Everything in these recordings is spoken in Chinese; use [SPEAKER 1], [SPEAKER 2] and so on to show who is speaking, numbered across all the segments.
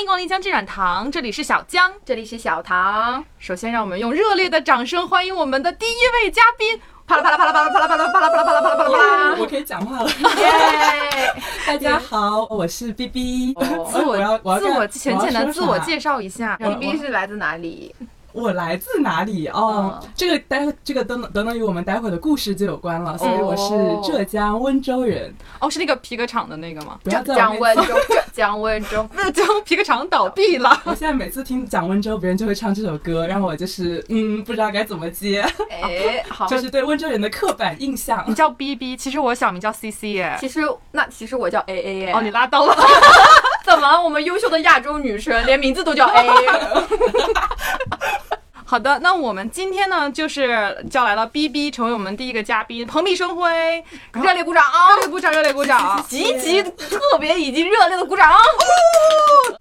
[SPEAKER 1] 迎光临江之软糖，这里是小江。
[SPEAKER 2] 这里是小唐，
[SPEAKER 1] 首先，让我们用热烈的掌声欢迎我们的第一位嘉宾。
[SPEAKER 2] 啪啦啪啦啪啦啪啦啪啦啪啦啪啦啪啦啪啦啪啦啪啦
[SPEAKER 3] 我可以讲话了。
[SPEAKER 2] 耶！
[SPEAKER 3] 大家好，我是 B B。
[SPEAKER 2] 哦
[SPEAKER 1] 自我
[SPEAKER 3] 我要我要
[SPEAKER 1] 自我
[SPEAKER 3] 干
[SPEAKER 1] 浅浅的自我介
[SPEAKER 3] 绍，
[SPEAKER 1] 绍一下。
[SPEAKER 3] 我
[SPEAKER 2] B B 是来自哪里？
[SPEAKER 3] 我来自哪里？哦，
[SPEAKER 2] 嗯
[SPEAKER 3] 这个待这个等等等等与我们待会儿的故事就有关了，所以我
[SPEAKER 2] 哦
[SPEAKER 3] 是浙江温州人。
[SPEAKER 1] 哦，是那个皮革厂的那个吗？
[SPEAKER 3] 不要再
[SPEAKER 2] 江温州，江温州。
[SPEAKER 1] 那江皮革厂倒闭了。
[SPEAKER 3] 我现在每次听讲温州，别人就会唱这首歌，让我就是嗯，不知道该怎么 接，
[SPEAKER 2] 哎，好。
[SPEAKER 3] 就是对温州人的刻板印象
[SPEAKER 1] 你。叫 B B，其实我小名叫 C C 耶。
[SPEAKER 2] 其实那其实我叫 A A 耶。
[SPEAKER 1] 哦，你拉倒了。
[SPEAKER 2] 怎么？我们优秀的亚洲女生连名字都叫 A？
[SPEAKER 1] 好的，那我们今天呢，就是叫来了 B B 成为我们第一个嘉宾，蓬荜生辉，
[SPEAKER 2] 热烈鼓掌
[SPEAKER 1] 热
[SPEAKER 2] 啊！
[SPEAKER 1] 烈鼓掌，热烈鼓掌。
[SPEAKER 2] 积极特别已经热烈的鼓掌啊！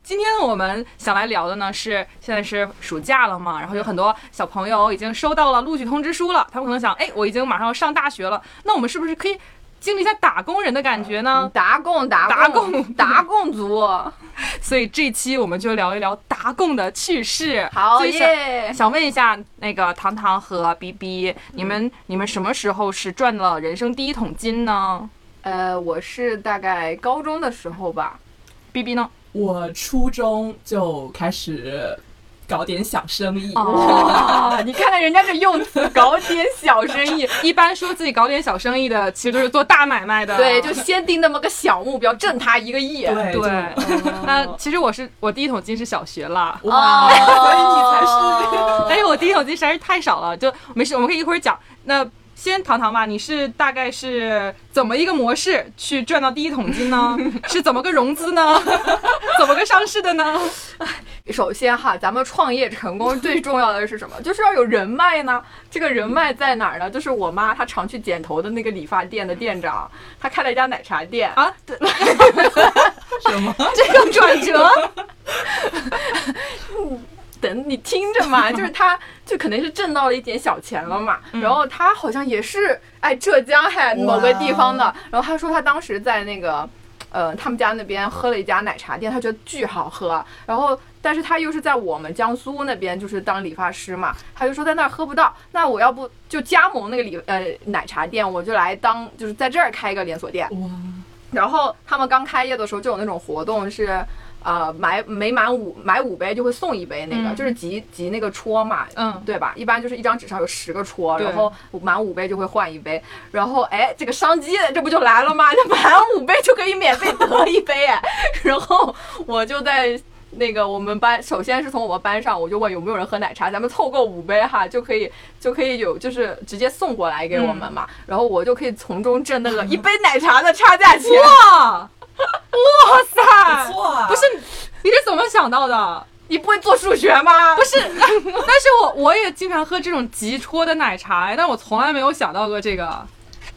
[SPEAKER 1] 今天我们想来聊的呢是，现在是暑假了嘛，然后有很多小朋友已经收到了录取通知书了，他们可能想，哎，我已经马上要上大学了，那我们是不是可以经历一下打工人的感觉呢？
[SPEAKER 2] 达贡达
[SPEAKER 1] 达
[SPEAKER 2] 贡达贡族，
[SPEAKER 1] 所以这期我们就聊一聊打工的趣事。
[SPEAKER 2] 好
[SPEAKER 1] 所以想
[SPEAKER 2] 耶！
[SPEAKER 1] 想问一下，那个糖糖和 B B，你们、你们什么时候是赚了人生第一桶金呢
[SPEAKER 2] 呃，我是大概高中的时候吧，
[SPEAKER 1] ？B B 呢？
[SPEAKER 3] 我初中就开始搞点小生意。
[SPEAKER 1] 哦
[SPEAKER 2] 哇，啊你看看人家这用词，搞点小生意，
[SPEAKER 1] 一般说自己搞点小生意的，其实都是做大买卖的。
[SPEAKER 2] 对，就先定那么个小目标，挣他一个亿。
[SPEAKER 3] 对
[SPEAKER 1] 对。
[SPEAKER 3] 就
[SPEAKER 1] 那其实我是我第一桶金是小学了。
[SPEAKER 3] 哇，
[SPEAKER 1] 哦
[SPEAKER 3] 所以你才是。
[SPEAKER 2] 哦
[SPEAKER 1] 但是我第一桶金实在是太少了，就没事，我们可以一会儿讲。那先糖糖吧，你是大概是怎么一个模式去赚到第一桶金呢？是怎么个融资呢？ 怎么个上市的呢？
[SPEAKER 2] 首先哈，咱们创业成功最重要的是什么？就是要有人脉呢。这个人脉在哪儿呢？就是我妈她常去剪头的那个理发店的店长，她开了一家奶茶店。
[SPEAKER 1] 啊，对
[SPEAKER 3] 什么？
[SPEAKER 2] 这个转折，等你听着嘛，就是他，就可能是挣到了一点小钱了嘛，然后他好像也是哎浙江还某个地方的，然后他说他当时在那个。呃，他们家那边喝了一家奶茶店，他觉得巨好喝。然后，但是他又是在我们江苏那边，就是当理发师嘛，他就说在那儿喝不到，那我要不就加盟那个理呃奶茶店，我就来当就是在这儿开一个连锁 店。
[SPEAKER 3] 哇，
[SPEAKER 2] 然后他们刚开业的时候就有那种活动是。呃，买每满五买五杯就会送一杯，那个、
[SPEAKER 1] 嗯
[SPEAKER 2] 就是集集那个戳嘛，
[SPEAKER 1] 嗯，
[SPEAKER 2] 对吧？一般就是一张纸上有十个戳，
[SPEAKER 1] 对
[SPEAKER 2] 然后满五杯就会换一杯，然后哎，这个商机这不就来了吗？那满五杯就可以免费得一杯哎， 然后我就在。那个我们班首先是从我们班上，我就问有没有人喝奶茶，咱们凑够五杯哈，就可以就可以有就是直接送过来给我们嘛，然后我就可以从中挣那个一杯奶茶的差价钱。
[SPEAKER 1] 哇，哇塞，
[SPEAKER 3] 不错啊
[SPEAKER 1] 不是
[SPEAKER 2] 嗯
[SPEAKER 1] 你是怎么想到的？
[SPEAKER 2] 你不会做数学吗？
[SPEAKER 1] 不是，但是我我也经常喝这种急戳的奶茶，哎但我从来没有想到过这个。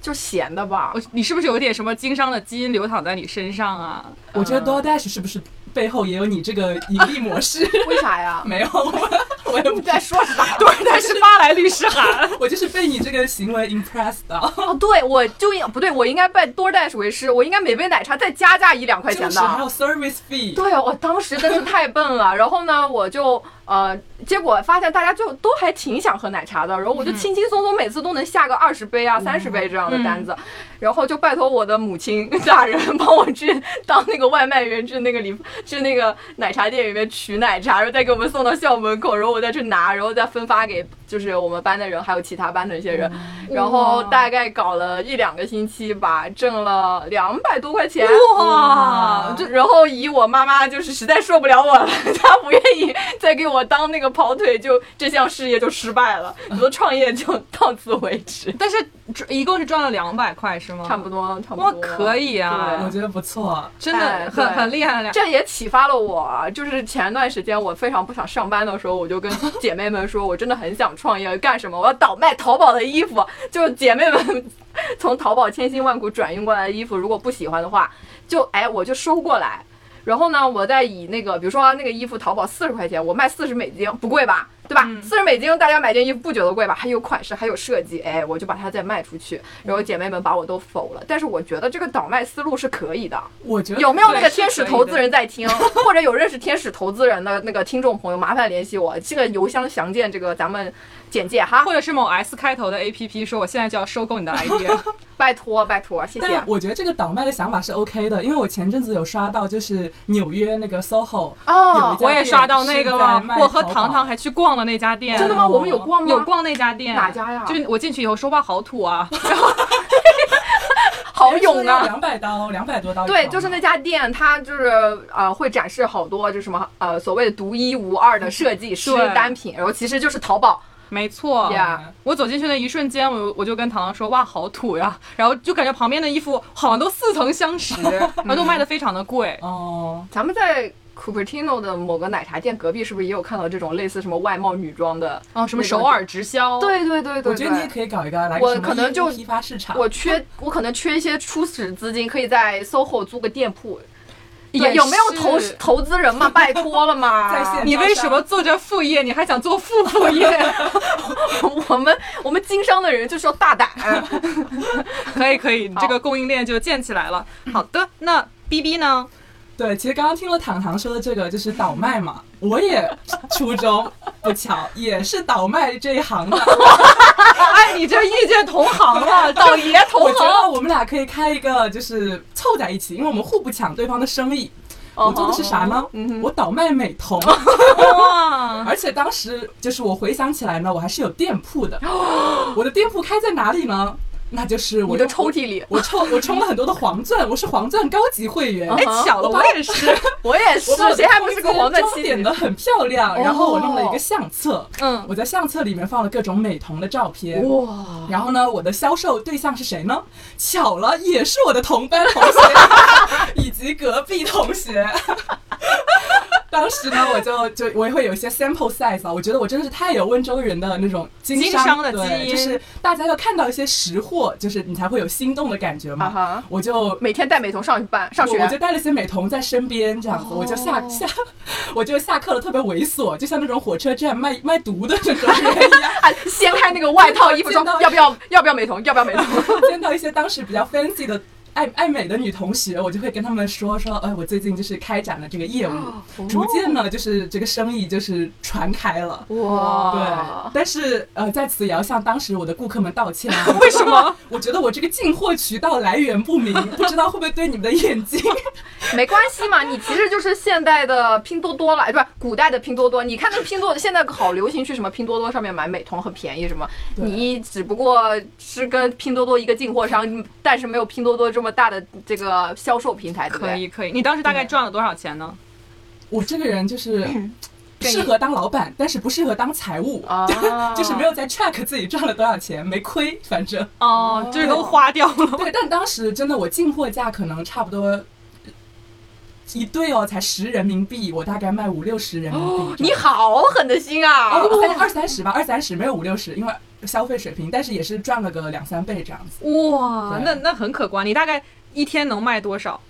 [SPEAKER 2] 就闲的吧
[SPEAKER 1] 我？你是不是有点什么经商的基因流淌在你身上啊？
[SPEAKER 3] 我觉得 DoorDash 是不是背后也有你这个盈利模式？
[SPEAKER 2] 为啥呀？
[SPEAKER 3] 没有，我我也不
[SPEAKER 2] 你在
[SPEAKER 3] 在，
[SPEAKER 2] 说啥？
[SPEAKER 1] 对，但是发来律师函。
[SPEAKER 3] 我就是被你这个行为 impressed 到，
[SPEAKER 2] 哦，对，我就应不对，我应该拜 DoorDash 为师，我应该每杯奶茶再加价一两块钱
[SPEAKER 3] 就是还有
[SPEAKER 2] 的。
[SPEAKER 3] service fee。
[SPEAKER 2] 对，我当时真是太笨了。然后呢，我就呃，结果发现大家就都还挺想喝奶茶的，然后我就轻轻松松每次都能下个二十杯啊、三十杯这样的单子， 然后就拜托我的母亲大人 帮我去当那个外卖员，去那个里去那个奶茶店里面取奶茶，然后再给我们送到校门口，然后我再去拿，然后再分发给就是我们班的人，还有其他班的一些人。然后大概搞了一两个星期吧，挣了两百多块钱。
[SPEAKER 1] 哇
[SPEAKER 2] 啊就然后以我妈妈就是实在受不了我了， 她不愿意再给我当那个跑腿，就这项事业就失败了，你说创业就 到此为止，
[SPEAKER 1] 但是一共是赚了两百块是吗？
[SPEAKER 2] 差不多，差不
[SPEAKER 1] 哇，
[SPEAKER 2] 多。
[SPEAKER 1] 可
[SPEAKER 2] 以。
[SPEAKER 1] 以啊，
[SPEAKER 3] 我觉得不错，
[SPEAKER 1] 真的
[SPEAKER 2] 哎
[SPEAKER 1] 很
[SPEAKER 2] 对
[SPEAKER 1] 很厉害了。
[SPEAKER 2] 这也启发了我，啊就是前段时间我非常不想上班的时候，我就跟姐妹们说，我真的很想创业，干什么？我要倒卖淘宝的衣服，就是姐妹们 从淘宝千辛万苦转运过来的衣服，如果不喜欢的话，就哎我就收过啊来。然后呢，我再以那个，比如说那个衣服淘宝四十块钱，我卖四十美金，不贵吧？对吧
[SPEAKER 1] 嗯？
[SPEAKER 2] 四十美金，大家买件衣服不觉得贵吧？还有款式，还有设计，哎，我就把它再卖出去。然后姐妹们把我都否了，但是我觉得这个倒卖思路是可以的。
[SPEAKER 3] 我觉得
[SPEAKER 2] 有没有那个天使投资人在 听，或者有认识天使投资人的那个听众朋友，麻烦联系我，这个邮箱详见这个咱们简介哈
[SPEAKER 1] 或，者是某 S 开头的 A P P 说我现在就要收 购你的 idea，
[SPEAKER 2] 拜托拜托，谢谢
[SPEAKER 3] 但。啊我觉得这个倒卖的想法是 OK 的，因为我前阵子有刷到，就是纽约那个 SOHO，有一
[SPEAKER 2] 哦
[SPEAKER 3] 家，
[SPEAKER 1] 我也刷到那个了
[SPEAKER 3] 是在卖，淘宝
[SPEAKER 1] 我和糖糖还去逛了那家店，
[SPEAKER 2] 真的吗？我们有逛吗？
[SPEAKER 1] 有逛那家店，
[SPEAKER 2] 哪家呀
[SPEAKER 1] 就是我进去以后说哇好土 啊，
[SPEAKER 2] 好勇啊！
[SPEAKER 3] 两百刀，两百多刀一
[SPEAKER 2] 对，
[SPEAKER 3] 条
[SPEAKER 2] 就是那家店，它就是呃会展示好多就是什么呃所谓的独一无二的 设计师
[SPEAKER 1] 对
[SPEAKER 2] 单品，然后其实就是淘宝
[SPEAKER 1] 没错。
[SPEAKER 2] 呀
[SPEAKER 1] 我走进去那一瞬间，我我就跟糖糖说哇好土呀，然后就感觉旁边的衣服好像都似曾相 识，然后都卖的非常的贵。
[SPEAKER 3] 哦，
[SPEAKER 2] 咱们在 Cupertino 的某个奶茶店隔壁，是不是也有看到这种类似什么外贸女装的？
[SPEAKER 1] 哦，什么首尔直销，，啊
[SPEAKER 2] 对对对对
[SPEAKER 3] 哦
[SPEAKER 2] 对，
[SPEAKER 3] 我觉得你也可以搞一个来
[SPEAKER 2] 我
[SPEAKER 3] 什么
[SPEAKER 2] 可能
[SPEAKER 3] 衣服
[SPEAKER 2] 就
[SPEAKER 3] 批发市场，
[SPEAKER 2] 我缺，我可能缺一些初始资金，可以在 SOHO 租个店铺。
[SPEAKER 1] 也
[SPEAKER 2] 对有没有
[SPEAKER 1] 是
[SPEAKER 2] 投投资人嘛？拜托了
[SPEAKER 3] 在
[SPEAKER 2] 嘛！
[SPEAKER 3] 线
[SPEAKER 1] 你为什么做着副业，你还想做 副副业？
[SPEAKER 2] 我们我们经商的人就是要大胆。
[SPEAKER 3] 嗯
[SPEAKER 1] 可以可以，你
[SPEAKER 2] 好
[SPEAKER 1] 这个供应链就建起来了。好的，那 B B 呢？
[SPEAKER 3] 对，其实刚刚听了糖糖说的这个就是倒卖嘛，我也初中不巧也是倒卖这一行的，
[SPEAKER 1] 哎，你这遇见同行
[SPEAKER 2] 啊
[SPEAKER 1] 了，倒 爷同
[SPEAKER 3] 我觉
[SPEAKER 1] 行。
[SPEAKER 3] 得我们俩可以开一个就是凑在一起，因为我们互不抢对方的生意。我做的是啥
[SPEAKER 2] 哦
[SPEAKER 3] 呢？
[SPEAKER 2] 嗯
[SPEAKER 3] 我倒卖美瞳，
[SPEAKER 1] 哇，
[SPEAKER 3] 而且当时就是我回想起来呢，我还是有店铺 的。我的店铺开在哪里呢？那就是我
[SPEAKER 2] 你的抽屉里，
[SPEAKER 3] 我抽我充了很多的黄钻，我是黄钻高级会 员。
[SPEAKER 2] 哦
[SPEAKER 1] 哎，巧了，
[SPEAKER 3] 我把
[SPEAKER 1] 我也是。
[SPEAKER 2] 我也是
[SPEAKER 3] 我把，我的
[SPEAKER 2] 谁还不是个黄钻
[SPEAKER 3] 工资装
[SPEAKER 2] 七
[SPEAKER 3] 点
[SPEAKER 2] 点
[SPEAKER 3] 的很漂亮，然后我弄了一
[SPEAKER 2] 哦
[SPEAKER 3] 个相册，
[SPEAKER 1] 嗯，
[SPEAKER 3] 我在相册里面放了各种美瞳的照片。
[SPEAKER 2] 哇！
[SPEAKER 3] 然后呢，我的销售对象是谁呢？巧了，也是我的同班同学， 以及隔壁同学。 当时呢，我就就我也会有一些 sample size 啊，我觉得我真的是太有温州人的那种经商
[SPEAKER 1] 经商的
[SPEAKER 3] 对
[SPEAKER 1] 基因
[SPEAKER 3] 就是大家要看到一些实货，就是你才会有心动的感觉
[SPEAKER 2] 啊
[SPEAKER 3] 嘛。
[SPEAKER 2] 哈！
[SPEAKER 3] 我就
[SPEAKER 2] 每天带美瞳上班上
[SPEAKER 3] 我我就
[SPEAKER 2] 学，啊
[SPEAKER 3] 带了些美瞳在身边，这样子，我就下下，我就下课了，特别猥琐，就像那种火车站卖卖毒的那种人一样。
[SPEAKER 2] 啊，掀开那个外套衣服说
[SPEAKER 3] 见到
[SPEAKER 2] 要不要要不要美瞳，要不要 美瞳？
[SPEAKER 3] 见到一些当时比较 fancy 的爱爱美的女同学，我就会跟她们说说，哎，我最近就是开展了这个业务，逐渐呢就是这个生意就是传开了。对
[SPEAKER 2] 哇，，
[SPEAKER 3] 但是呃，在此也要向当时我的顾客们道歉啊！
[SPEAKER 1] 为什么？
[SPEAKER 3] 我觉得我这个进货渠道来源不明，不知道会不会对你们的眼睛
[SPEAKER 2] 没关系嘛，你其实就是现代的拼多多了，哎，不是古代的拼多多。你看那个拼多多，现在好流行去什么拼多多上面买美瞳很便宜什么，
[SPEAKER 3] 对
[SPEAKER 2] 你只不过是跟拼多多一个进货商，但是没有拼多多这么大的这个销售平台，对不
[SPEAKER 1] 可
[SPEAKER 2] 对？
[SPEAKER 1] 以可以，你当时大概赚了多少钱呢？
[SPEAKER 3] 我这个人 就是
[SPEAKER 2] 这
[SPEAKER 3] 适
[SPEAKER 2] 一
[SPEAKER 3] 合当老板，但是不适合当财务，
[SPEAKER 2] 啊
[SPEAKER 3] 就是没有在 track 自己赚了多少钱，没亏，反正。
[SPEAKER 1] 哦，就是都花掉了。
[SPEAKER 3] 对，但当时真的我进货价可能差不多一对哦，才十人民币，我大概卖五六十人民币。
[SPEAKER 2] 哦你好狠的心啊！
[SPEAKER 3] 哦，三二三十吧，二三十没有五六十，因为消费水平，但是也是赚了个两三倍这样子。
[SPEAKER 1] 哇
[SPEAKER 3] 对
[SPEAKER 1] 那那很可观。你大概一天能卖多 少？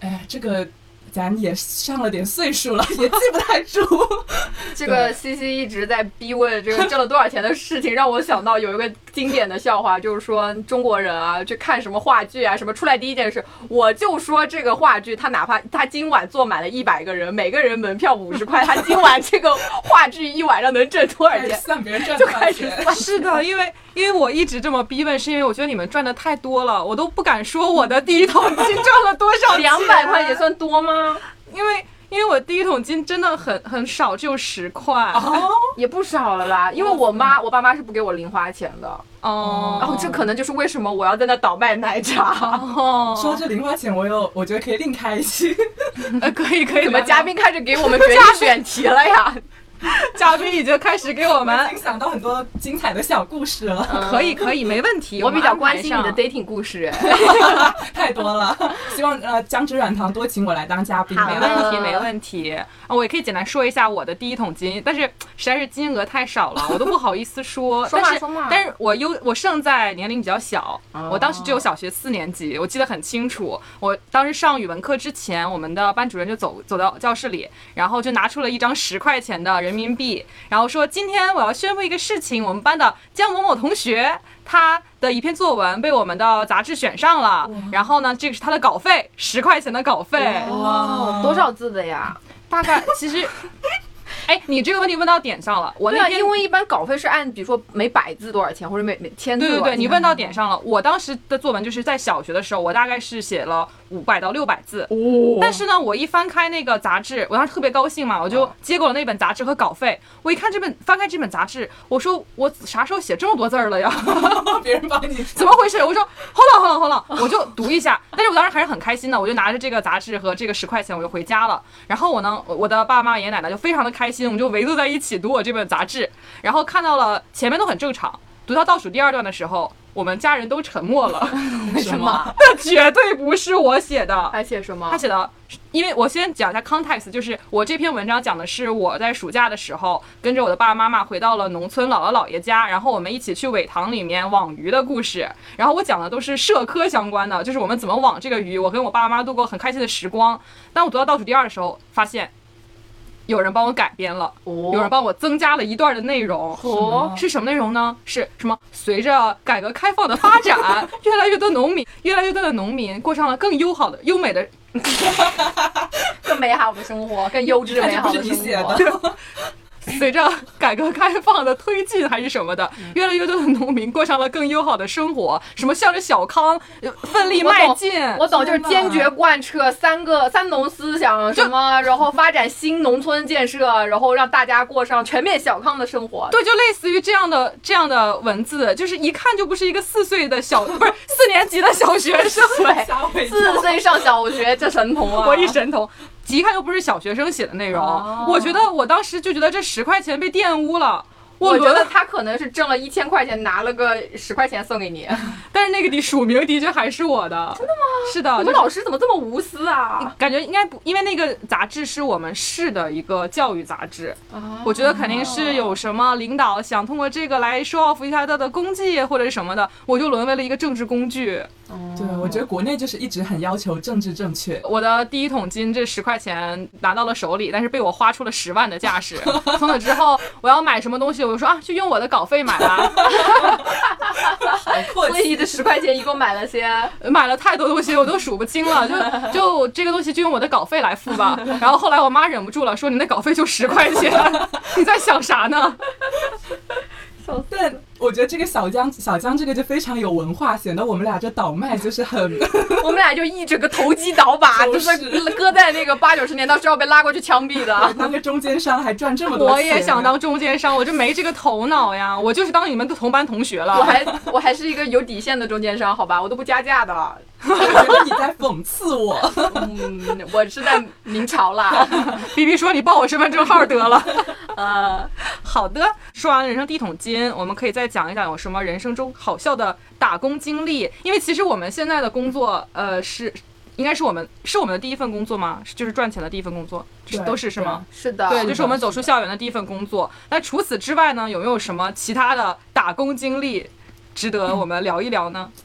[SPEAKER 3] 哎呀，这个咱也上了点岁数了，也记不太住。
[SPEAKER 2] 这个西西一直在逼问这个挣了多少钱的事情， 让我想到有一个经典的笑话，就是说中国人啊，去看什么话剧啊，什么出来第一件事，我就说这个话剧，他哪怕他今晚坐满了一百个人，每个人门票五十块，他今晚这个话剧一晚上能挣多少
[SPEAKER 3] 开始
[SPEAKER 2] 钱？
[SPEAKER 3] 算别人赚
[SPEAKER 2] 就
[SPEAKER 3] 多少
[SPEAKER 2] 开始
[SPEAKER 3] 钱。
[SPEAKER 2] 算，
[SPEAKER 1] 是的，因为因为我一直这么逼问，是因为我觉得你们赚的太多了，我都不敢说我的第一桶金赚了多少钱。
[SPEAKER 2] 两百块也，算多吗？
[SPEAKER 1] 因为因为我第一桶金真的很很少，只有十块。
[SPEAKER 3] 哦，
[SPEAKER 2] 也不少了啦，因为我妈我爸妈是不给我零花钱的，
[SPEAKER 1] 哦
[SPEAKER 2] 然后这可能就是为什么我要在那倒卖奶茶。
[SPEAKER 1] 哦，
[SPEAKER 3] 说这零花钱，我有，我觉得可以另开一期。
[SPEAKER 1] 呃可以可以，
[SPEAKER 2] 怎么
[SPEAKER 1] 聊聊
[SPEAKER 2] 嘉宾开始给我们决定选题了呀？
[SPEAKER 1] 嘉宾已经开始给我们嗯
[SPEAKER 3] 已经想到很多精彩的小故事了，
[SPEAKER 1] 可以可以，没问题。
[SPEAKER 2] 我比
[SPEAKER 1] 们
[SPEAKER 2] 较
[SPEAKER 1] 安
[SPEAKER 2] 关
[SPEAKER 1] 排
[SPEAKER 2] 心你的
[SPEAKER 1] 上
[SPEAKER 2] dating 故事，哎
[SPEAKER 3] 太多了。希望呃姜汁软糖多请我来当嘉宾。
[SPEAKER 1] 没问题，没问题。啊，我也可以简单说一下我的第一桶金，但是实在是金额太少了，我都不好意思说。
[SPEAKER 2] 说嘛
[SPEAKER 1] 但是
[SPEAKER 2] 说嘛哦
[SPEAKER 1] 但是我优我胜在年龄比较小，我当时只有小学四年级，我记得很清楚。我当时上语文课之前，我们的班主任就走走到教室里，然后就拿出了一张十块钱的人人民币，然后说今天我要宣布一个事情，我们班的江某某同学他的一篇作文被我们的杂志选上了，然后呢，这个是他的稿费，十块钱的稿费，
[SPEAKER 3] 哇
[SPEAKER 2] 多少字的呀？
[SPEAKER 1] 大概其实。 哎，你这个问题问到点上了。我
[SPEAKER 2] 对
[SPEAKER 1] 那
[SPEAKER 2] 啊，
[SPEAKER 1] 天
[SPEAKER 2] 因为一般稿费是按比如说每百字多少钱，或者每每千字
[SPEAKER 1] 对对
[SPEAKER 2] 多少
[SPEAKER 1] 对，
[SPEAKER 2] 钱
[SPEAKER 1] 你问到点上了。我当时的作文就是在小学的时候，我大概是写了五百到六百字。
[SPEAKER 3] 哦
[SPEAKER 1] 但是呢，我一翻开那个杂志，我当时特别高兴嘛，我
[SPEAKER 2] 嗯
[SPEAKER 1] 就接过了那本杂志和稿费。我一看这本，翻开这本杂志，我说我啥时候写这么多字儿了呀？
[SPEAKER 3] 别人帮你
[SPEAKER 1] 怎么回事？我说好冷好冷好冷，我就读一下。但是我当时还是很开心的，我就拿着这个杂志和这个十块钱，我就回家了。然后我呢，我我的爸妈、爷爷奶奶就非常的开心，我们就围坐在一起读我这本杂志，然后看到了前面都很正常。读到倒数第二段的时候，我们家人都沉默了。
[SPEAKER 3] 为
[SPEAKER 2] 什 么？
[SPEAKER 1] 那绝对不是我写的，
[SPEAKER 2] 还写什么
[SPEAKER 1] 他？写的，因为我先讲一下 context，就是我这篇文章讲的是我在暑假的时候跟着我的爸爸妈妈回到了农村姥姥姥爷家，然后我们一起去苇塘里面网鱼的故事。然后我讲的都是社科相关的，就是我们怎么网这个鱼，我跟我爸妈度过很开心的时光。当我读到倒数第二的时候，发现有人帮我改编了，
[SPEAKER 2] 哦
[SPEAKER 1] 有人帮我增加了一段的内容。
[SPEAKER 2] 哦，
[SPEAKER 1] 是什么内容呢？是什么？随着改革开放的发展， 越来越多农民，越来越多的农民过上了更友好的、优美的
[SPEAKER 2] 更美好的生活，更优质美好的
[SPEAKER 3] 这不是你写
[SPEAKER 2] 生
[SPEAKER 3] 的
[SPEAKER 2] 活。
[SPEAKER 1] 随着改革开放的推进还是什么的，
[SPEAKER 2] 嗯
[SPEAKER 1] 越来越多的农民过上了更友好的生活，什么向着小康呃奋力
[SPEAKER 2] 我
[SPEAKER 1] 迈
[SPEAKER 2] 懂
[SPEAKER 1] 进。
[SPEAKER 2] 我懂，就是
[SPEAKER 3] 天哪
[SPEAKER 2] 坚决贯彻三个三农思想，什 么，然后发展新农村建设，然后让大家过上全面小康的生活。。
[SPEAKER 1] 对，就类似于这样的这样的文字，就是一看就不是一个四岁的小，不是四年级的小学生
[SPEAKER 2] 对，
[SPEAKER 3] 吓我一跳
[SPEAKER 2] 四岁上小学，这神童啊！
[SPEAKER 1] 我一神童，一看就不是小学生写的内容。
[SPEAKER 2] 哦
[SPEAKER 1] 我觉得我当时就觉得这十块钱被玷污了。
[SPEAKER 2] 我觉
[SPEAKER 1] 觉
[SPEAKER 2] 得
[SPEAKER 1] 得，
[SPEAKER 2] 他可能是挣了一千块钱，拿了个十块钱送给你。
[SPEAKER 1] 但是那个的署名的确还是我的。真的吗？是的，
[SPEAKER 2] 我
[SPEAKER 1] 就
[SPEAKER 2] 们
[SPEAKER 1] 是
[SPEAKER 2] 老师怎么这么无私啊？
[SPEAKER 1] 感觉应该不，因为那个杂志是我们市的一个教育杂志，
[SPEAKER 2] 啊
[SPEAKER 1] 我觉得肯定是有什么领导想通过这个来 show off 一下他的功绩或者什么的，我就沦为了一个政治工具。
[SPEAKER 3] 对，我觉得国内就是一直很要求政治正确。
[SPEAKER 1] 我的第一桶金这十块钱拿到了手里，但是被我花出了十万的架势。从此之后，我要买什么东西，我就说啊，就用我的稿费买吧。
[SPEAKER 3] 过
[SPEAKER 2] 所以这十块钱一共买了些，
[SPEAKER 1] 买了太多东西，我都数不清了，就就这个东西就用我的稿费来付吧。然后后来我妈忍不住了，说你那稿费就十块钱， 你在想啥呢？
[SPEAKER 3] 但我觉得这个小江小江这个就非常有文化，显得我们俩这倒卖就 是很
[SPEAKER 2] 我们俩就一整个投机倒把，
[SPEAKER 3] 就。
[SPEAKER 2] 就是是搁在那个八九十年代是要被拉过去枪毙的
[SPEAKER 3] 当个中间商还赚这么多钱。
[SPEAKER 1] 我
[SPEAKER 2] 啊
[SPEAKER 1] 也想当中间商，我就没这个头脑呀，我就是当你们的同班同学
[SPEAKER 2] 我
[SPEAKER 1] 了。
[SPEAKER 2] 还我还是一个有底线的中间商，好吧，我都不加价的。
[SPEAKER 3] 我觉得你在讽刺我。
[SPEAKER 2] 嗯，我是在明朝啦。
[SPEAKER 1] B B 说你报我身份证号得了。
[SPEAKER 2] 呃，
[SPEAKER 1] 好的，说完人生第一桶金，我们可以再讲一讲有什么人生中好笑的打工经历，因为其实我们现在的工作，呃，是应该是我们是我们的第一份工作吗？是就是赚钱的第一份工作，是
[SPEAKER 3] 对
[SPEAKER 1] 都是是吗？
[SPEAKER 2] 是的，
[SPEAKER 1] 对，就是是我
[SPEAKER 3] 的
[SPEAKER 1] 们走出校园的第一份工作。那除此之外呢，有没有什么其他的打工经历值得我们聊一聊呢？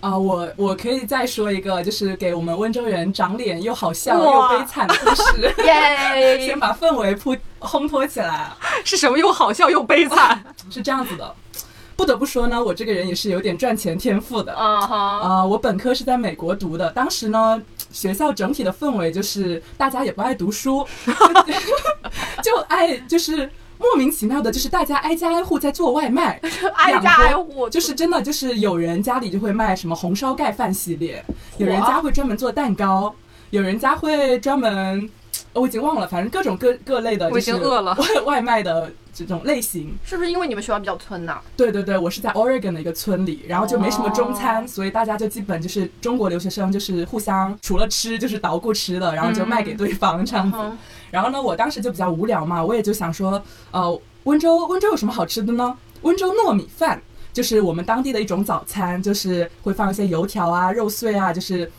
[SPEAKER 3] 啊、我我可以再说一个，就是给我们温州人长脸又好笑
[SPEAKER 1] 哇
[SPEAKER 3] 又悲惨的故事，
[SPEAKER 2] 耶
[SPEAKER 3] 先把氛围铺烘托起来。啊
[SPEAKER 1] 是什么又好笑又悲惨？
[SPEAKER 3] 是这样子的，不得不说呢，我这个人也是有点赚钱天赋的。
[SPEAKER 2] 啊哈，
[SPEAKER 3] 啊、我本科是在美国读的，当时呢，学校整体的氛围就是大家也不爱读书， 就爱就是莫名其妙的，就是大家挨家挨户在做外卖，
[SPEAKER 2] 挨家挨户
[SPEAKER 3] 就是真的就是有人家里就会卖什么红烧盖饭系列，有人家会专门做蛋糕，有人家会专门。呃我已经忘了，反正各种各各类的，
[SPEAKER 1] 我已经饿了，
[SPEAKER 3] 外卖的这种类型。
[SPEAKER 2] 是不是因为你们学校比较村呐？
[SPEAKER 3] 对对对，我是在 Oregon 的一个村里，然后就没什么中餐，
[SPEAKER 1] 哦
[SPEAKER 3] 所以大家就基本就是中国留学生就是互相除了吃就是捣鼓吃的，然后就
[SPEAKER 1] 嗯
[SPEAKER 3] 卖给对方
[SPEAKER 1] 哦
[SPEAKER 3] 这样子。
[SPEAKER 2] 嗯
[SPEAKER 3] 然后呢，我当时就比较无聊嘛，我也就想说，呃，温州温州有什么好吃的呢？温州糯米饭就是我们当地的一种早餐，就是会放一些油条啊、肉碎啊，就是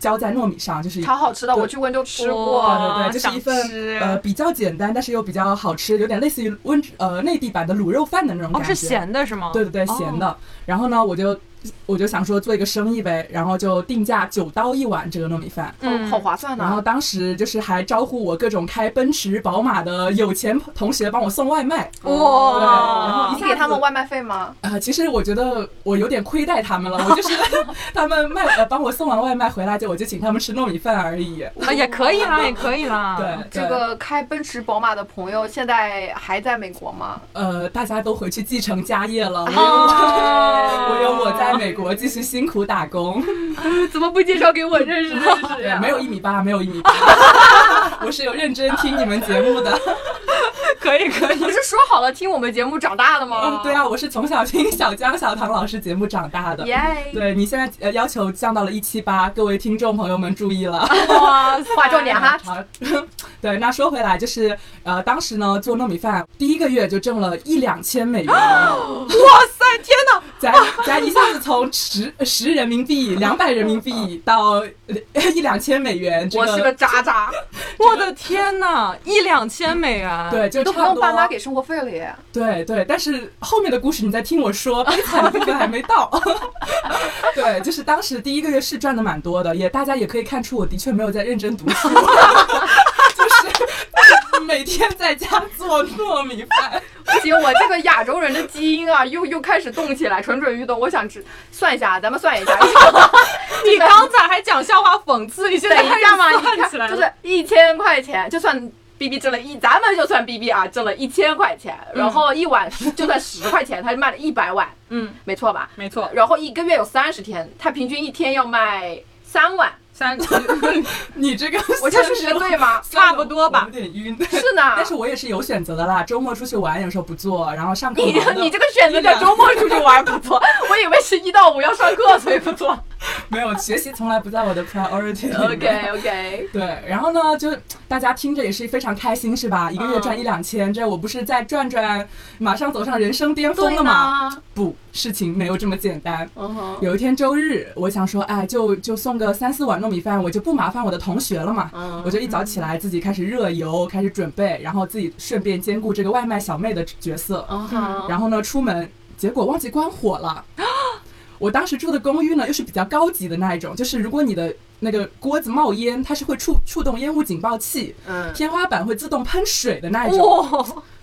[SPEAKER 3] 浇在糯米上，就是
[SPEAKER 2] 超好吃的，
[SPEAKER 3] 对
[SPEAKER 2] 我去温州吃
[SPEAKER 1] 哇
[SPEAKER 2] 过。
[SPEAKER 3] 对对对，就是一
[SPEAKER 1] 想吃
[SPEAKER 3] 份呃比较简单，但是又比较好吃，有点类似于温呃内地版的卤肉饭的那种感
[SPEAKER 1] 哦，
[SPEAKER 3] 觉。
[SPEAKER 1] 是咸的是吗？哦
[SPEAKER 3] 对对对，咸的。然后呢，我就我就想说做一个生意呗，然后就定价九刀一碗这个糯米饭。
[SPEAKER 2] 嗯，好划算
[SPEAKER 3] 然后
[SPEAKER 2] 呐！
[SPEAKER 3] 当时就是还招呼我各种开奔驰、宝马的有钱同学帮我送外卖，对然后
[SPEAKER 1] 哇
[SPEAKER 3] 一
[SPEAKER 2] 你
[SPEAKER 3] 下
[SPEAKER 2] 给他
[SPEAKER 3] 子
[SPEAKER 2] 们外卖费吗？
[SPEAKER 3] 啊、其实我觉得我有点亏待他们了，我就是 他们卖呃帮我送完外卖回来，就我就请他们吃糯米饭而已。
[SPEAKER 1] 啊，也可以啦，也可以啦。
[SPEAKER 3] 对，
[SPEAKER 2] 这
[SPEAKER 3] 对
[SPEAKER 2] 个开奔驰、宝马的朋友现在还在美国吗？
[SPEAKER 3] 呃，大家都回去继承家业了，我 有、
[SPEAKER 1] 哦
[SPEAKER 3] 我有我在美国继续辛苦打工，
[SPEAKER 2] 怎么不介绍给我认识认识
[SPEAKER 3] 对，没有一米八，没有一米八，我是有认真听你们节目的。
[SPEAKER 1] 可以可 以。
[SPEAKER 2] 不是说好了听我们节目长大的吗
[SPEAKER 3] 嗯，？对啊，我是从小听小江小唐老师节目长大的。
[SPEAKER 2] 耶！
[SPEAKER 3] 对你现在呃要求降到了一七八，各位听众朋友们注意了。
[SPEAKER 1] 哇，
[SPEAKER 2] 划重点哈，
[SPEAKER 3] 好，对，那说回来就是呃，当时呢做糯米饭，第一个月就挣了一两千美 元，
[SPEAKER 1] 哇塞，天哪！
[SPEAKER 3] 咱咱一下子从十十人民币、两百人民币到呃一两千美元，这
[SPEAKER 2] 我是个渣渣，
[SPEAKER 1] 我的天哪，一两千美元。，
[SPEAKER 3] 对，就
[SPEAKER 2] 都不
[SPEAKER 3] 差
[SPEAKER 2] 用
[SPEAKER 3] 多。
[SPEAKER 2] 爸妈给生活费了耶！
[SPEAKER 3] 对对，但是后面的故事你再听我说，悲惨的部分还没到。 对，就是当时第一个月是赚的蛮多的，也大家也可以看出我的确没有在认真读书， 就是每天在家做糯米饭。
[SPEAKER 2] 不行，我这个亚洲人的基因啊，又又开始动起来，蠢蠢欲动。我想知算一下，咱们算一下，
[SPEAKER 1] 你刚才还讲笑话讽刺，你现 在
[SPEAKER 2] 等一下嘛，
[SPEAKER 1] 开
[SPEAKER 2] 你
[SPEAKER 1] 始算
[SPEAKER 2] 看，
[SPEAKER 1] 起来
[SPEAKER 2] 就
[SPEAKER 1] 了。
[SPEAKER 2] 是一千块钱，就算 B B 挣了一，咱们就算 B B 啊挣了一千块钱，然后一碗就算十块钱，他卖了一百碗，
[SPEAKER 1] 嗯，
[SPEAKER 2] 没错吧？
[SPEAKER 1] 没错，
[SPEAKER 2] 然后一个月有三十天，他平均一天要卖三碗，
[SPEAKER 1] 三
[SPEAKER 3] 你这个
[SPEAKER 2] 我这数学对吗？
[SPEAKER 1] 差不多吧
[SPEAKER 3] 有点晕。
[SPEAKER 2] 是呢，
[SPEAKER 3] 但是我也是有选择的啦，周末出去玩有时候不做，然后上课
[SPEAKER 2] 你
[SPEAKER 3] 忙的
[SPEAKER 2] 你这个选择叫周末出去玩不错，我以为是一到五要上课，所以不 错。
[SPEAKER 3] 没有学习从来不在我的 priority 里面。
[SPEAKER 2] OK OK，
[SPEAKER 3] 对，然后呢，就大家听着也是非常开心，是吧？一个月赚一两千，这我不是在赚赚，马上走上人生巅峰了吗？
[SPEAKER 2] 吗？
[SPEAKER 3] 不，事情没有这么简单。
[SPEAKER 2] 嗯哼，
[SPEAKER 3] 有一天周日，我想说，哎，就就送个三四碗糯米饭，我就不麻烦我的同学了嘛。
[SPEAKER 2] 嗯
[SPEAKER 3] 我就一早起来自己开始热油，开始准备，然后自己顺便兼顾这个外卖小妹的角色。
[SPEAKER 2] 嗯哼，
[SPEAKER 3] 然后呢，出门结果忘记关火了。我当时住的公寓呢，又是比较高级的那一种，就是如果你的那个锅子冒烟，它是会触触动烟雾警报器，
[SPEAKER 2] 嗯，
[SPEAKER 3] 天花板会自动喷水的那一种。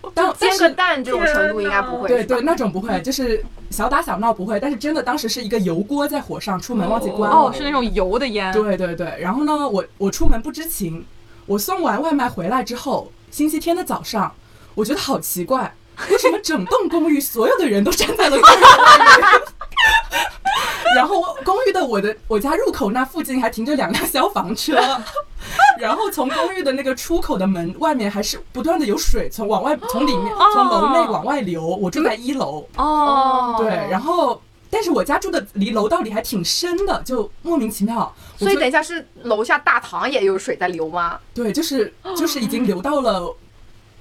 [SPEAKER 1] 哇，
[SPEAKER 3] 当
[SPEAKER 2] 煎
[SPEAKER 3] 但
[SPEAKER 2] 个
[SPEAKER 3] 是
[SPEAKER 2] 蛋这种程度应该不会，
[SPEAKER 3] 对
[SPEAKER 2] 是吧
[SPEAKER 3] 对，那种不会，就是小打小闹不会，但是真的当时是一个油锅在火上，出门忘记关了。
[SPEAKER 1] 哦，是那种油的烟。
[SPEAKER 3] 对对对，然后呢，我我出门不知情，我送完外卖回来之后，星期天的早上，我觉得好奇怪，为什么整栋公寓所有的人都站在了公寓外面？ 然后公寓的我的我家入口那附近还停着两辆消防车，然后从公寓的那个出口的门外面还是不断的有水从往外从里面从楼内往外流，我住在一楼，
[SPEAKER 1] 哦，
[SPEAKER 3] 对，然后但是我家住的离楼道里还挺深的，就莫名其妙，我
[SPEAKER 2] 所以
[SPEAKER 3] 就
[SPEAKER 2] 等一下是楼下大堂也有水在流吗？
[SPEAKER 3] 对，就是就是已经流到了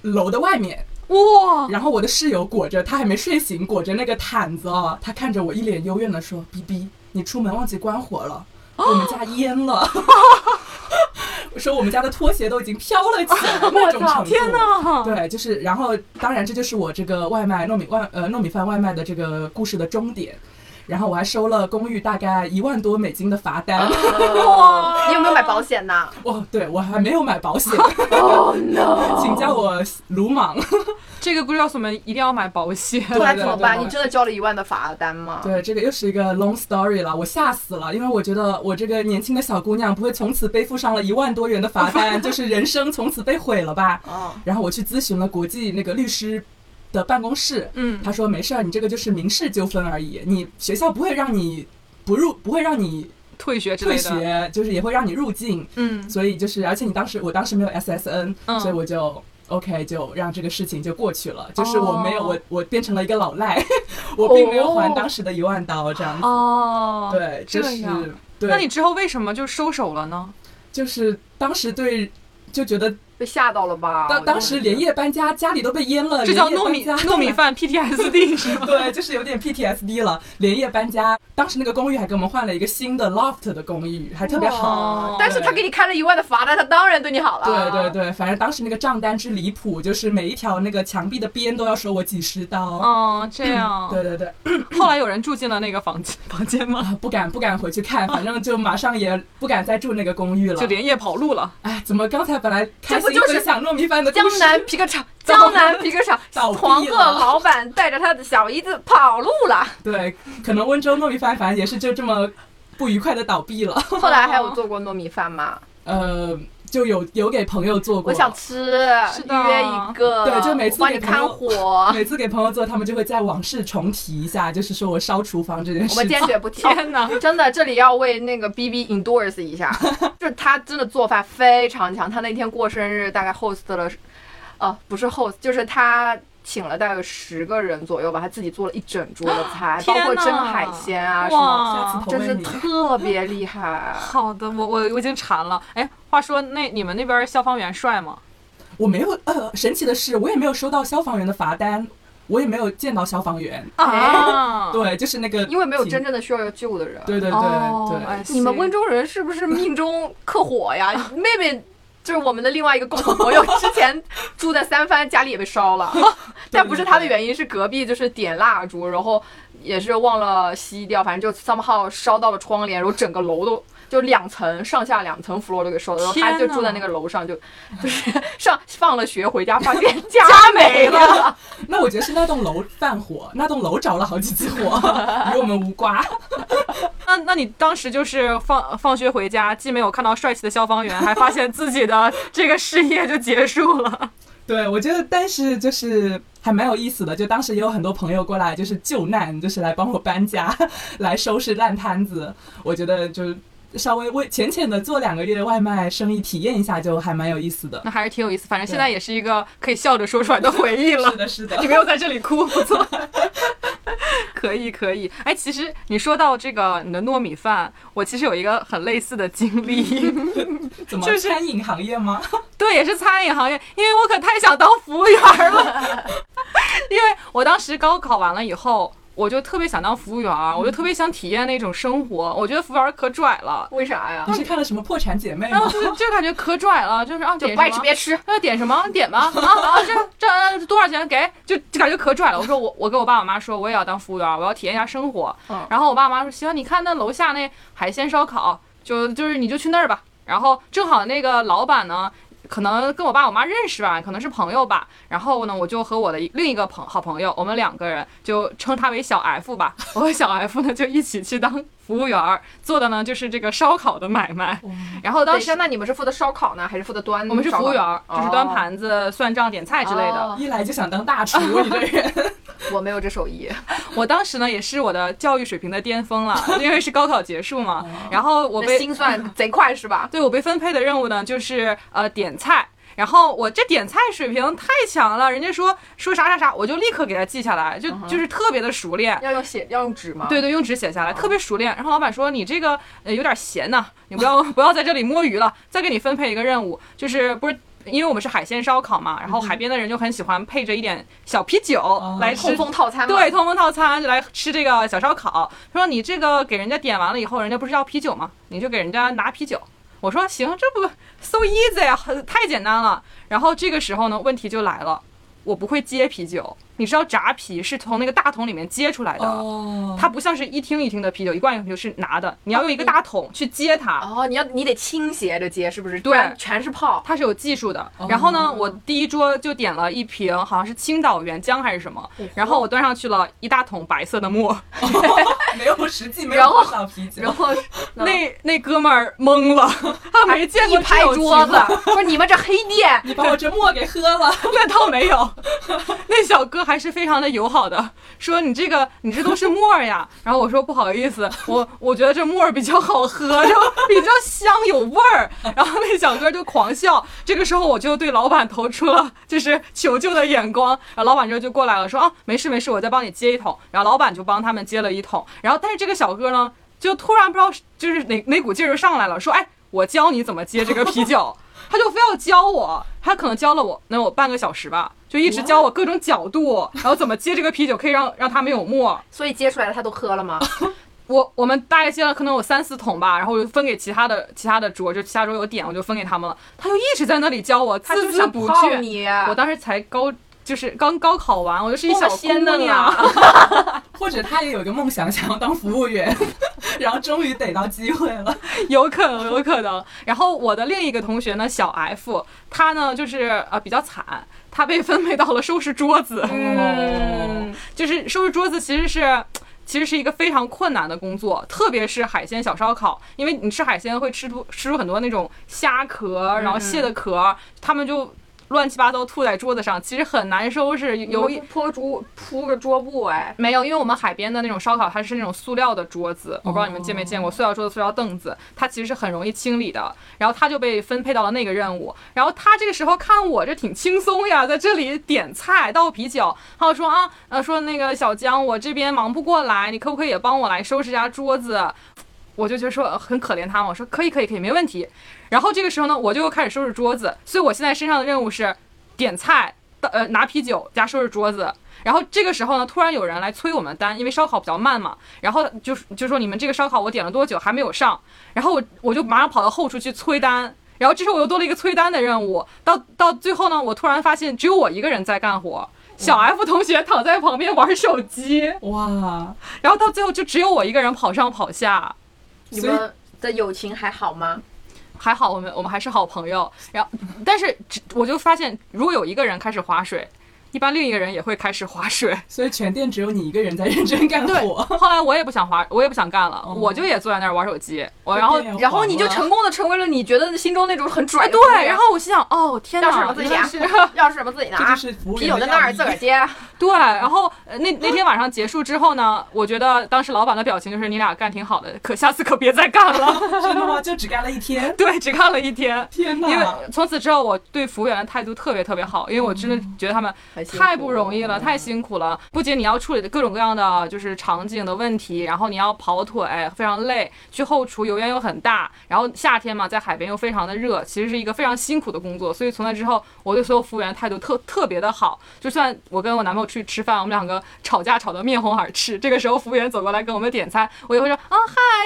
[SPEAKER 3] 楼的外面，
[SPEAKER 1] 哇，
[SPEAKER 3] 然后我的室友裹着他还没睡醒，裹着那个毯子啊，他看着我一脸幽怨的说：“逼逼，你出门忘记关火了，我们
[SPEAKER 1] 哦
[SPEAKER 3] 家 淹了。”我说我们家的拖鞋都已经飘了起来，那种程度。
[SPEAKER 1] 哦天！哪！
[SPEAKER 3] 对，就是，然后当然这就是我这个外卖糯米外呃糯米饭外卖的这个故事的终点。然后我还收了公寓大概一万多美金的罚单。
[SPEAKER 2] 哇，你有没有买保险呢？
[SPEAKER 3] 哦，对我还没有买 保险，
[SPEAKER 1] Oh,
[SPEAKER 2] 哦 no！
[SPEAKER 3] 请叫我鲁莽。
[SPEAKER 1] 这个故事告诉我们一定要买保险。
[SPEAKER 2] 后来怎么
[SPEAKER 3] 对
[SPEAKER 2] 办？
[SPEAKER 3] 对对
[SPEAKER 2] 你真的交了一万的罚单吗？
[SPEAKER 3] 对，这个又是一个 long story 了，我吓死了，因为我觉得我这个年轻的小姑娘不会从此背负上了一万多元的罚单，就是人生从此被毁了吧？
[SPEAKER 2] 哦，
[SPEAKER 3] 然后我去咨询了国际那个律师的办公室，
[SPEAKER 1] 嗯
[SPEAKER 3] 他说没事儿，你这个就是民事纠纷而已，你学校不会让你不入，不会让你
[SPEAKER 1] 退学之
[SPEAKER 3] 退
[SPEAKER 1] 类的。
[SPEAKER 3] 学，就是也会让你入境，
[SPEAKER 1] 嗯，
[SPEAKER 3] 所以就是，而且你当时我当时没有 SSN，、
[SPEAKER 1] 嗯
[SPEAKER 3] 所以我就 OK 就让这个事情就过去了，就是我没有、
[SPEAKER 1] 哦
[SPEAKER 3] 我我变成了一个老赖， 我并没有还当时的一万刀这样子。
[SPEAKER 1] 哦，
[SPEAKER 3] 对，
[SPEAKER 1] 这
[SPEAKER 3] 就是
[SPEAKER 1] 样。那
[SPEAKER 3] 对，
[SPEAKER 1] 你之后为什么就收手了呢？
[SPEAKER 3] 就是当时对就觉得
[SPEAKER 2] 被吓到了吧？
[SPEAKER 3] 当当时连夜搬家，家里都被淹了，
[SPEAKER 1] 这叫
[SPEAKER 3] 连夜
[SPEAKER 1] 糯
[SPEAKER 3] 搬
[SPEAKER 1] 米
[SPEAKER 3] 家
[SPEAKER 1] 糯米饭 PTSD 是吗？
[SPEAKER 3] 对，就是有点 PTSD 了，连夜搬家。当时那个公寓还给我们换了一个新的 loft 的公寓，还特别
[SPEAKER 1] 哇
[SPEAKER 3] 好。
[SPEAKER 2] 但是他给你开了一万的罚单，他当然对你好了。
[SPEAKER 3] 哦对对对，反正当时那个账单之离谱，就是每一条那个墙壁的边都要收我几十刀。
[SPEAKER 1] 哦，这
[SPEAKER 2] 啊
[SPEAKER 1] 样。
[SPEAKER 3] 对嗯对对，
[SPEAKER 1] 后来有人住进了那个房间房间 吗？
[SPEAKER 3] 啊不敢不敢回去看，反正就马上也不敢再住那个公寓了
[SPEAKER 1] 就。连夜跑路了。
[SPEAKER 3] 哎，怎么刚才本来开
[SPEAKER 2] 这不
[SPEAKER 3] 心
[SPEAKER 2] 就是
[SPEAKER 3] 分享糯米饭的故
[SPEAKER 2] 江
[SPEAKER 3] 事，
[SPEAKER 2] 南皮 革厂，
[SPEAKER 3] 倒
[SPEAKER 2] 江南皮革厂，
[SPEAKER 3] 倒闭了
[SPEAKER 2] 黄鹤老板带着他的小姨子跑路 了。
[SPEAKER 3] 对，可能温州糯米饭反正也是就这么不愉快的倒闭了。
[SPEAKER 2] 后来还有做过糯米饭吗？
[SPEAKER 3] 呃，就有有给朋友做过，
[SPEAKER 2] 我想吃，
[SPEAKER 1] 的
[SPEAKER 2] 约一个，
[SPEAKER 3] 对就每次
[SPEAKER 2] 我帮你
[SPEAKER 3] 给朋
[SPEAKER 2] 看
[SPEAKER 3] 友
[SPEAKER 2] 火。
[SPEAKER 3] 每次给朋友做，他们就会在往事重提一下，就是说我烧厨房这件
[SPEAKER 2] 我
[SPEAKER 3] 事
[SPEAKER 2] 们
[SPEAKER 3] 情
[SPEAKER 2] 坚。 决不提。
[SPEAKER 1] 天哪！
[SPEAKER 2] 真的，这里要为那个 B B endorse 一下，就是他真的做饭非常强。他那天过生日，大概 host 了，呃，不是 host，就是他请了大概有十个人左右吧，他自己做了一整桌的菜，包
[SPEAKER 1] 哦天
[SPEAKER 2] 括蒸
[SPEAKER 1] 哪
[SPEAKER 2] 海鲜啊什么，
[SPEAKER 3] 下
[SPEAKER 1] 哇
[SPEAKER 3] 次，投
[SPEAKER 2] 真
[SPEAKER 3] 喂
[SPEAKER 2] 是
[SPEAKER 3] 你。
[SPEAKER 2] 特别厉害。
[SPEAKER 1] 好的，我我我已经馋了。哎，话说那你们那边消防员帅吗？
[SPEAKER 3] 我没有，呃，神奇的是，我也没有收到消防员的罚单，我也没有见到消防员。
[SPEAKER 1] 啊，
[SPEAKER 3] 对，就是那个，
[SPEAKER 2] 因为没有真。正的需要救的人。哎
[SPEAKER 3] 对对对
[SPEAKER 1] 哦
[SPEAKER 3] 对，
[SPEAKER 1] I see
[SPEAKER 2] 你们温州人是不是命中克火呀？ 妹妹就是我们的另外一个共同朋友，之前住在三藩，家里也被烧了，但不是她的原因，是隔壁就是点蜡烛，然后也是忘了熄掉，反正就 somehow 烧到了窗帘，然后整个楼都。就两层上下两层 floor 都给烧了，然后
[SPEAKER 1] 天
[SPEAKER 2] 她
[SPEAKER 1] 哪
[SPEAKER 2] 就住在那个楼上，就就是 上放了学回家发 现家没了，
[SPEAKER 3] 那我觉得是那栋楼犯火，那栋楼着了好几次 火，与我们无关。
[SPEAKER 1] 那那你当时就是放放学回家，既没有看到帅气的消防员，还发现自己的这个事业就结束了。
[SPEAKER 3] 对，我觉得，但是就是还蛮有意思的，就当时也有很多朋友过来，就是救难，就是来帮我搬家， 来收拾烂摊子。我觉得就是稍微为浅浅的做两个月外卖生意，体验一下就还蛮有意思的。
[SPEAKER 1] 那还是挺有意思，反正现在也是一个可以笑着说出来的回忆了
[SPEAKER 3] 是。的，是的
[SPEAKER 1] 你。没有在这里哭，不错。 可以可以，哎，其实你说到这个你的糯米饭，我其实有一个很类似的经 历，
[SPEAKER 3] 怎么
[SPEAKER 1] 就是
[SPEAKER 3] 餐饮行业吗？
[SPEAKER 1] 对，也是餐饮行业，因为我可太想当服务员了， 因为我当时高考完了以后。我就特别想当服务员，我就特
[SPEAKER 2] 嗯
[SPEAKER 1] 别想体验那种生活。我觉得服务员可拽了，
[SPEAKER 2] 为啥呀
[SPEAKER 3] 你？是看了什么《破产姐妹》
[SPEAKER 1] 然后
[SPEAKER 3] 吗？
[SPEAKER 1] 就是就感觉可拽了，就是啊，
[SPEAKER 2] 就
[SPEAKER 1] 点
[SPEAKER 2] 不爱
[SPEAKER 1] 什
[SPEAKER 2] 吃
[SPEAKER 1] 么
[SPEAKER 2] 别吃，
[SPEAKER 1] 那点什么？点吧啊啊！这这呃多少钱给？就就感觉可拽了。我说我我跟我爸我妈说我也要当服务员，我要体验一下生活。
[SPEAKER 2] 嗯
[SPEAKER 1] 然后我爸妈说行，你看那楼下那海鲜烧烤，就就是你就去那儿吧。然后正好那个老板呢。可能跟我爸我妈认识吧，可能是朋友吧。然后呢，我就和我的一另一个朋好朋友，我们两个人就称他为小 F 吧。 我和小 F 呢就一起去当服务员儿，做的呢就是这个烧烤的买卖。然后
[SPEAKER 2] 等
[SPEAKER 1] 当
[SPEAKER 2] 一
[SPEAKER 1] 时
[SPEAKER 2] 下，那你们是负责烧烤呢，还是负责端？
[SPEAKER 1] 我们是服务员儿，就是端
[SPEAKER 2] 嗯哦
[SPEAKER 1] 盘子、算账、点菜之类的。
[SPEAKER 2] 哦
[SPEAKER 3] 一来就想当大厨，你这 人。
[SPEAKER 2] 我没有这手艺，
[SPEAKER 1] 我当时呢也是我的教育水平的巅峰 了，因为是高考结束嘛。
[SPEAKER 2] 哦
[SPEAKER 1] 然后我
[SPEAKER 2] 我
[SPEAKER 1] 被
[SPEAKER 2] 心算 贼快是吧？
[SPEAKER 1] 对我被分配的任务呢就是呃点菜。然后我这点菜水平太强了，人家说说啥啥啥，我就立刻给他记下来，
[SPEAKER 2] 嗯
[SPEAKER 1] 就就是特别的熟练。
[SPEAKER 2] 要用写，要用纸吗？
[SPEAKER 1] 对，对，用纸写下来，特别熟练。然后老板说你这个呃有点闲呐、你不要 不要在这里摸鱼了，再给你分配一个任务，就是不是。因为我们是海鲜烧烤嘛，然后海边的人就很喜欢配着一点小啤酒来吃
[SPEAKER 2] 痛风套餐嘛。
[SPEAKER 1] 对，，通风套餐就来吃这个小烧烤。他说你这个给人家点完了以后，人家不是要啤酒吗？你就给人家拿啤酒。我说行，这不 so easy 啊，很太简单了。然后这个时候呢，问题就来了，我不会接啤酒。你知道炸啤是从那个大桶里面接出来的，
[SPEAKER 3] 哦，
[SPEAKER 1] 它不像是一听一听的啤酒，一罐一罐啤酒是拿的，你要用一个大桶去接它。
[SPEAKER 2] 哦，你要你得倾斜着接，是不是？
[SPEAKER 1] 对
[SPEAKER 2] 不然全是泡。
[SPEAKER 1] 它是有技术的。
[SPEAKER 2] 哦
[SPEAKER 1] 然后呢，我第一桌就点了一瓶，好像是青岛原浆还是什么，
[SPEAKER 2] 哦
[SPEAKER 1] 然后我端上去了一大桶白色的沫，
[SPEAKER 3] 没有实际，没
[SPEAKER 2] 然
[SPEAKER 3] 有
[SPEAKER 2] 后
[SPEAKER 3] 多少啤酒
[SPEAKER 2] 然。后
[SPEAKER 1] 那那哥们儿懵了， 他没见
[SPEAKER 2] 一
[SPEAKER 1] 过
[SPEAKER 2] 拍
[SPEAKER 1] 这种
[SPEAKER 2] 桌
[SPEAKER 1] 情
[SPEAKER 2] 子
[SPEAKER 1] 况，
[SPEAKER 2] 说你们这黑店，
[SPEAKER 3] 你把我这沫给喝了，
[SPEAKER 1] 那倒没有。那小哥还是非常的友好的，说你这个你这都是沫儿呀。然后我说不好意思，我我觉得这沫儿比较好喝，就比较香有味儿。然后那小哥就狂笑。这个时候我就对老板投出了就是求救的眼光，然后老板这就过来了，说啊没事没事，我再帮你接一桶。然后老板就帮他们接了一桶。然后但是这个小哥呢，就突然不知道是就是哪哪股劲儿就上来了，说哎我教你怎么接这个啤酒。他就非要教我，他可能教了我能有半个小时吧，就一直教我各种角度，然后怎么接这个啤酒可以让让它没有沫。
[SPEAKER 2] 所以接出来他都喝了 吗？
[SPEAKER 1] 我我们大概接了可能有三四桶吧，然后我就分给其他的其他的桌，就其他桌有点我就分给他们了。他就一直在那里教我，
[SPEAKER 2] 他就
[SPEAKER 1] 孜孜
[SPEAKER 2] 想
[SPEAKER 1] 不
[SPEAKER 2] 泡
[SPEAKER 1] 倦。
[SPEAKER 2] 你，
[SPEAKER 1] 我当时才高，就是刚高考完，我就是一小
[SPEAKER 2] 仙
[SPEAKER 1] 姑
[SPEAKER 2] 嫩
[SPEAKER 1] 娘。
[SPEAKER 2] 啊！
[SPEAKER 3] 或者他也有一个梦想，想要当服务员， 然后终于逮到机会了。
[SPEAKER 1] 有可能，有可能。然后我的另一个同学呢，小 F，他呢就是呃比较惨，他被分配到了收拾桌子，
[SPEAKER 2] 嗯，
[SPEAKER 1] 就是收拾桌子其实是。其实是一个非常困难的工作，特别是海鲜小烧烤，因为你吃海鲜会吃出吃出很多那种虾壳，然后蟹的壳，他们就乱七八糟吐在桌子上，其实很难收拾。有一
[SPEAKER 2] 铺桌铺个桌布哎，
[SPEAKER 1] 没有，因为我们海边的那种烧烤，它是那种塑料的桌子，我不知道你们见没见过，塑料桌子、塑料凳子，它其实是很容易清理的。然后他就被分配到了那个任务，然后他这个时候看我这挺轻松呀，在这里点菜、倒啤酒，他就说啊，呃，说那个小江，我这边忙不过来，你可不可以也帮我来收拾一下桌子？我就觉得说呃很可怜他嘛，我说可以可以可以，没问题。然后这个时候呢，我就又开始收拾桌子，所以我现在身上的任务是点菜、倒呃拿啤酒加收拾桌子。然后这个时候呢，突然有人来催我们的单，因为烧烤比较慢嘛。然后就是就说你们这个烧烤我点了多久还没有上，然后我我就马上跑到后厨去催单。然后这时候我又多了一个催单的任务，到到最后呢，我突然发现只有我一个人在干活，小 F 同学躺在旁边玩手机，
[SPEAKER 3] 哇，
[SPEAKER 1] 然后到最后就只有我一个人跑上跑下。
[SPEAKER 2] 你
[SPEAKER 3] 所以
[SPEAKER 2] 们的友情还好吗？
[SPEAKER 1] 还好我们我们还是好朋友，然后但是只我就发现，如果有一个人开始划水，一般另一个人也会开始划水。
[SPEAKER 3] 所以全店只有你一个人在认真干
[SPEAKER 1] 对
[SPEAKER 3] 活，
[SPEAKER 1] 后来我也不想滑，我也不想干了，
[SPEAKER 2] 嗯
[SPEAKER 3] 哦
[SPEAKER 1] 我就也坐在那儿玩手机。我 然后哎
[SPEAKER 3] 这店
[SPEAKER 2] 然后你就
[SPEAKER 3] 黄了
[SPEAKER 2] 成功的成为了你觉得心中那种很拽的姑娘
[SPEAKER 1] 对，然后我心想，哦天
[SPEAKER 2] 钥匙什
[SPEAKER 1] 哪，
[SPEAKER 2] 么自己啊
[SPEAKER 1] 原来
[SPEAKER 2] 拿
[SPEAKER 1] 是
[SPEAKER 2] 钥匙什么自己
[SPEAKER 3] 这就
[SPEAKER 2] 拿，
[SPEAKER 3] 是服务
[SPEAKER 2] 啤
[SPEAKER 3] 员
[SPEAKER 2] 酒
[SPEAKER 3] 的
[SPEAKER 2] 在那
[SPEAKER 3] 要
[SPEAKER 2] 儿
[SPEAKER 3] 义
[SPEAKER 2] 自个儿接。
[SPEAKER 1] 对。然后呃那那天晚上结束之后呢，我觉得当时老板的表情就是你俩干挺好的，可下次可别再干了。。
[SPEAKER 3] 真的吗？就只干了一天
[SPEAKER 1] 对，只干了一天。
[SPEAKER 3] 天
[SPEAKER 1] 因为
[SPEAKER 3] 哪！
[SPEAKER 1] 从此之后，我对服务员的态度特别特别好，因为我真的觉得他们太不容易了，太辛苦了。不仅你要处理的各种各样的就是场景的问题，然后你要跑腿，非常累；去后厨油烟又很大，然后夏天嘛，在海边又非常的热，其实是一个非常辛苦的工作。所以从那之后，我对所有服务员态度特特别的好。就算我跟我男朋友出去吃饭，我们两个吵架吵得面红耳赤，这个时候服务员走过来跟我们点餐，我也会说啊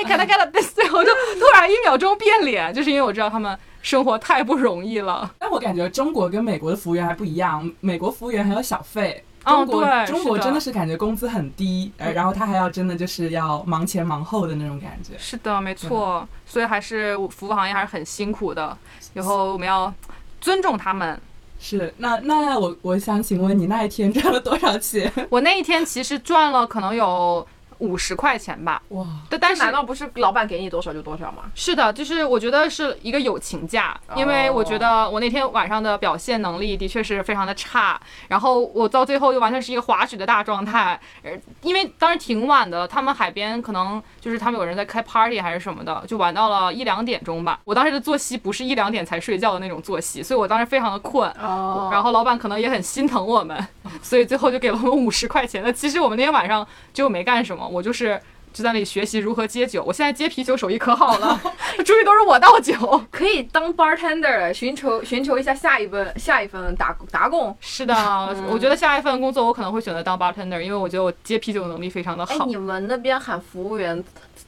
[SPEAKER 1] 嗨，嘎啦嘎啦， 对，我就突然一秒钟变脸，就是因为我知道他们生活太不容易了。
[SPEAKER 3] 但我感觉中国跟美国的服务员还不一样，美国服务员还有小费。
[SPEAKER 1] 哦
[SPEAKER 3] 中国、
[SPEAKER 1] 对
[SPEAKER 3] 中国
[SPEAKER 1] 是的嗯
[SPEAKER 3] 真的是感觉工资很低，呃，然后他还要真的就是要忙前忙后的那种感觉。
[SPEAKER 1] 是的，没错，所以还是服务行业还是很辛苦的，以后我们要尊重他们。
[SPEAKER 3] 是，那那我我想请问你那一天赚了多少钱？
[SPEAKER 1] 我那一天其实赚了可能有五十块钱吧，
[SPEAKER 3] 哇，
[SPEAKER 1] 但但是
[SPEAKER 2] 难道不是老板给你多少就多少吗？
[SPEAKER 1] 是的，就是我觉得是一个友情价，
[SPEAKER 2] 哦
[SPEAKER 1] 因为我觉得我那天晚上的表现能力的确是非常的差，然后我到最后就完全是一个滑雪的大状态，呃，因为当时挺晚的，他们海边可能就是他们有人在开 party 还是什么的，就玩到了一两点钟吧。我当时的作息不是一两点才睡觉的那种作息，所以我当时非常的困。
[SPEAKER 2] 哦
[SPEAKER 1] 然后老板可能也很心疼我们， 所以最后就给了我们五十块钱。那其实我们那天晚上就没干什么，我就是就在那里学习如何接酒。我现在接啤酒手艺可好 了，终于都是我倒酒。
[SPEAKER 2] 可以当 bartender，寻求寻求一下下一份下一份打打工。
[SPEAKER 1] 是的，我觉得下一份工作我可能会选择当 bartender，因为我觉得我接啤酒能力非常的
[SPEAKER 2] 哎，
[SPEAKER 1] 好。
[SPEAKER 2] 你们那边喊服务员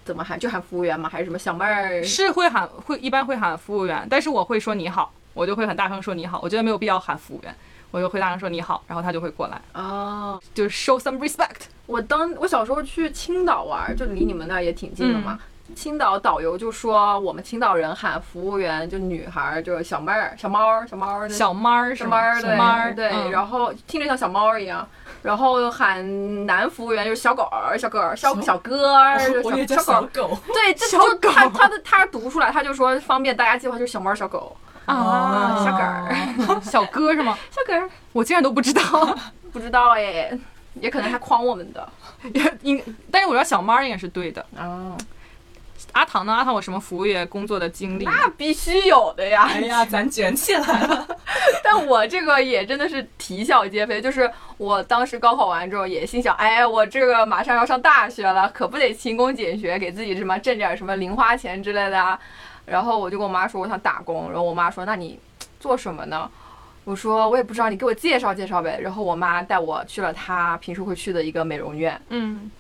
[SPEAKER 2] 怎么喊？就喊服务员吗？还是什么小妹儿？
[SPEAKER 1] 是会喊会一般会喊服务员，但是我会说你好，我就会很大声说你好。我觉得没有必要喊服务员，我就会大声说你好，然后他就会过来，
[SPEAKER 2] 哦，
[SPEAKER 1] 就是 show some respect。
[SPEAKER 2] 我当我小时候去青岛玩，就离你们那儿也挺近的嘛。青岛导游就说，我们青岛人喊服务员就女孩儿，就是小妹儿、小猫儿、小猫儿那、
[SPEAKER 1] 小猫儿
[SPEAKER 2] 小
[SPEAKER 1] 是
[SPEAKER 2] 猫
[SPEAKER 1] 吗？
[SPEAKER 2] 儿，对
[SPEAKER 1] 小猫儿
[SPEAKER 2] 对，
[SPEAKER 1] 嗯
[SPEAKER 2] 然后听着像小猫儿一样。然后喊男服务员就是小狗儿、小狗儿、小
[SPEAKER 3] 小
[SPEAKER 2] 小哥儿、
[SPEAKER 3] 我我也哦叫
[SPEAKER 2] 小小狗
[SPEAKER 3] 小
[SPEAKER 2] 儿，
[SPEAKER 3] 狗。
[SPEAKER 2] 对，这
[SPEAKER 1] 小
[SPEAKER 2] 就
[SPEAKER 1] 狗
[SPEAKER 2] 他他的他读出来，他就说方便大家记住，他就是小猫儿、小狗、
[SPEAKER 1] 啊，
[SPEAKER 2] 小
[SPEAKER 1] 小
[SPEAKER 2] 狗 儿、
[SPEAKER 1] 小哥是吗？
[SPEAKER 2] 小狗儿，
[SPEAKER 1] 我竟然都不知 道，
[SPEAKER 2] 不知道哎，也可能他诓我们的。
[SPEAKER 1] 也应，但是我知道小猫儿应该是对的。
[SPEAKER 2] 哦，
[SPEAKER 1] 阿唐呢？阿唐有什么服务业工作的经历？
[SPEAKER 2] 那啊必须有的呀。
[SPEAKER 3] 哎呀，咱卷 起来了。
[SPEAKER 2] 但我这个也真的是啼笑皆非，就是我当时高考完之后也心想，哎，我这个马上要上大学了，可不得勤工俭学，给自己什么挣点什么零花钱之类的啊。然后我就跟我妈说我想打工，然后我妈说那你做什么呢？我说我也不知道，你给我介绍介绍呗。然后我妈带我去了她平时会去的一个美容院，
[SPEAKER 1] 嗯，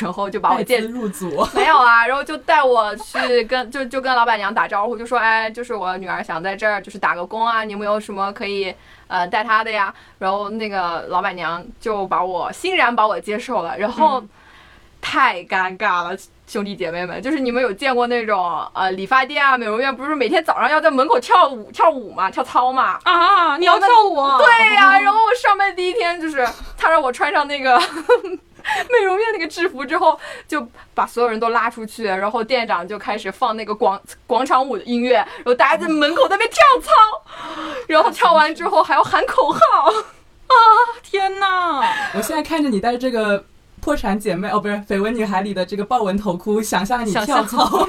[SPEAKER 2] 然后就把我
[SPEAKER 3] 带
[SPEAKER 2] 介
[SPEAKER 3] 资入组，
[SPEAKER 2] 没有啊，然后就带我去跟 就就跟老板娘打招呼，就说哎，就是我女儿想在这儿就是打个工啊，你有没有什么可以呃带她的呀？然后那个老板娘就把我欣然把我接受了，然后、太尴尬了。兄弟姐妹们，就是你们有见过那种呃理发店啊、美容院，不是每天早上要在门口跳舞跳舞嘛，跳操嘛？
[SPEAKER 1] 啊，你要跳舞啊？
[SPEAKER 2] 对呀、然后我上班第一天就是他让我穿上那个 美容院那个制服之后，就把所有人都拉出去，然后店长就开始放那个广广场舞的音乐，然后大家在门口在那边跳操，然后跳完之后还要喊口号，
[SPEAKER 1] 天哪！
[SPEAKER 3] 我现在看着你带这个破产姐妹哦，不是绯闻女孩里的这个豹纹头箍，想象你
[SPEAKER 1] 想
[SPEAKER 3] 跳
[SPEAKER 1] 象
[SPEAKER 3] 操，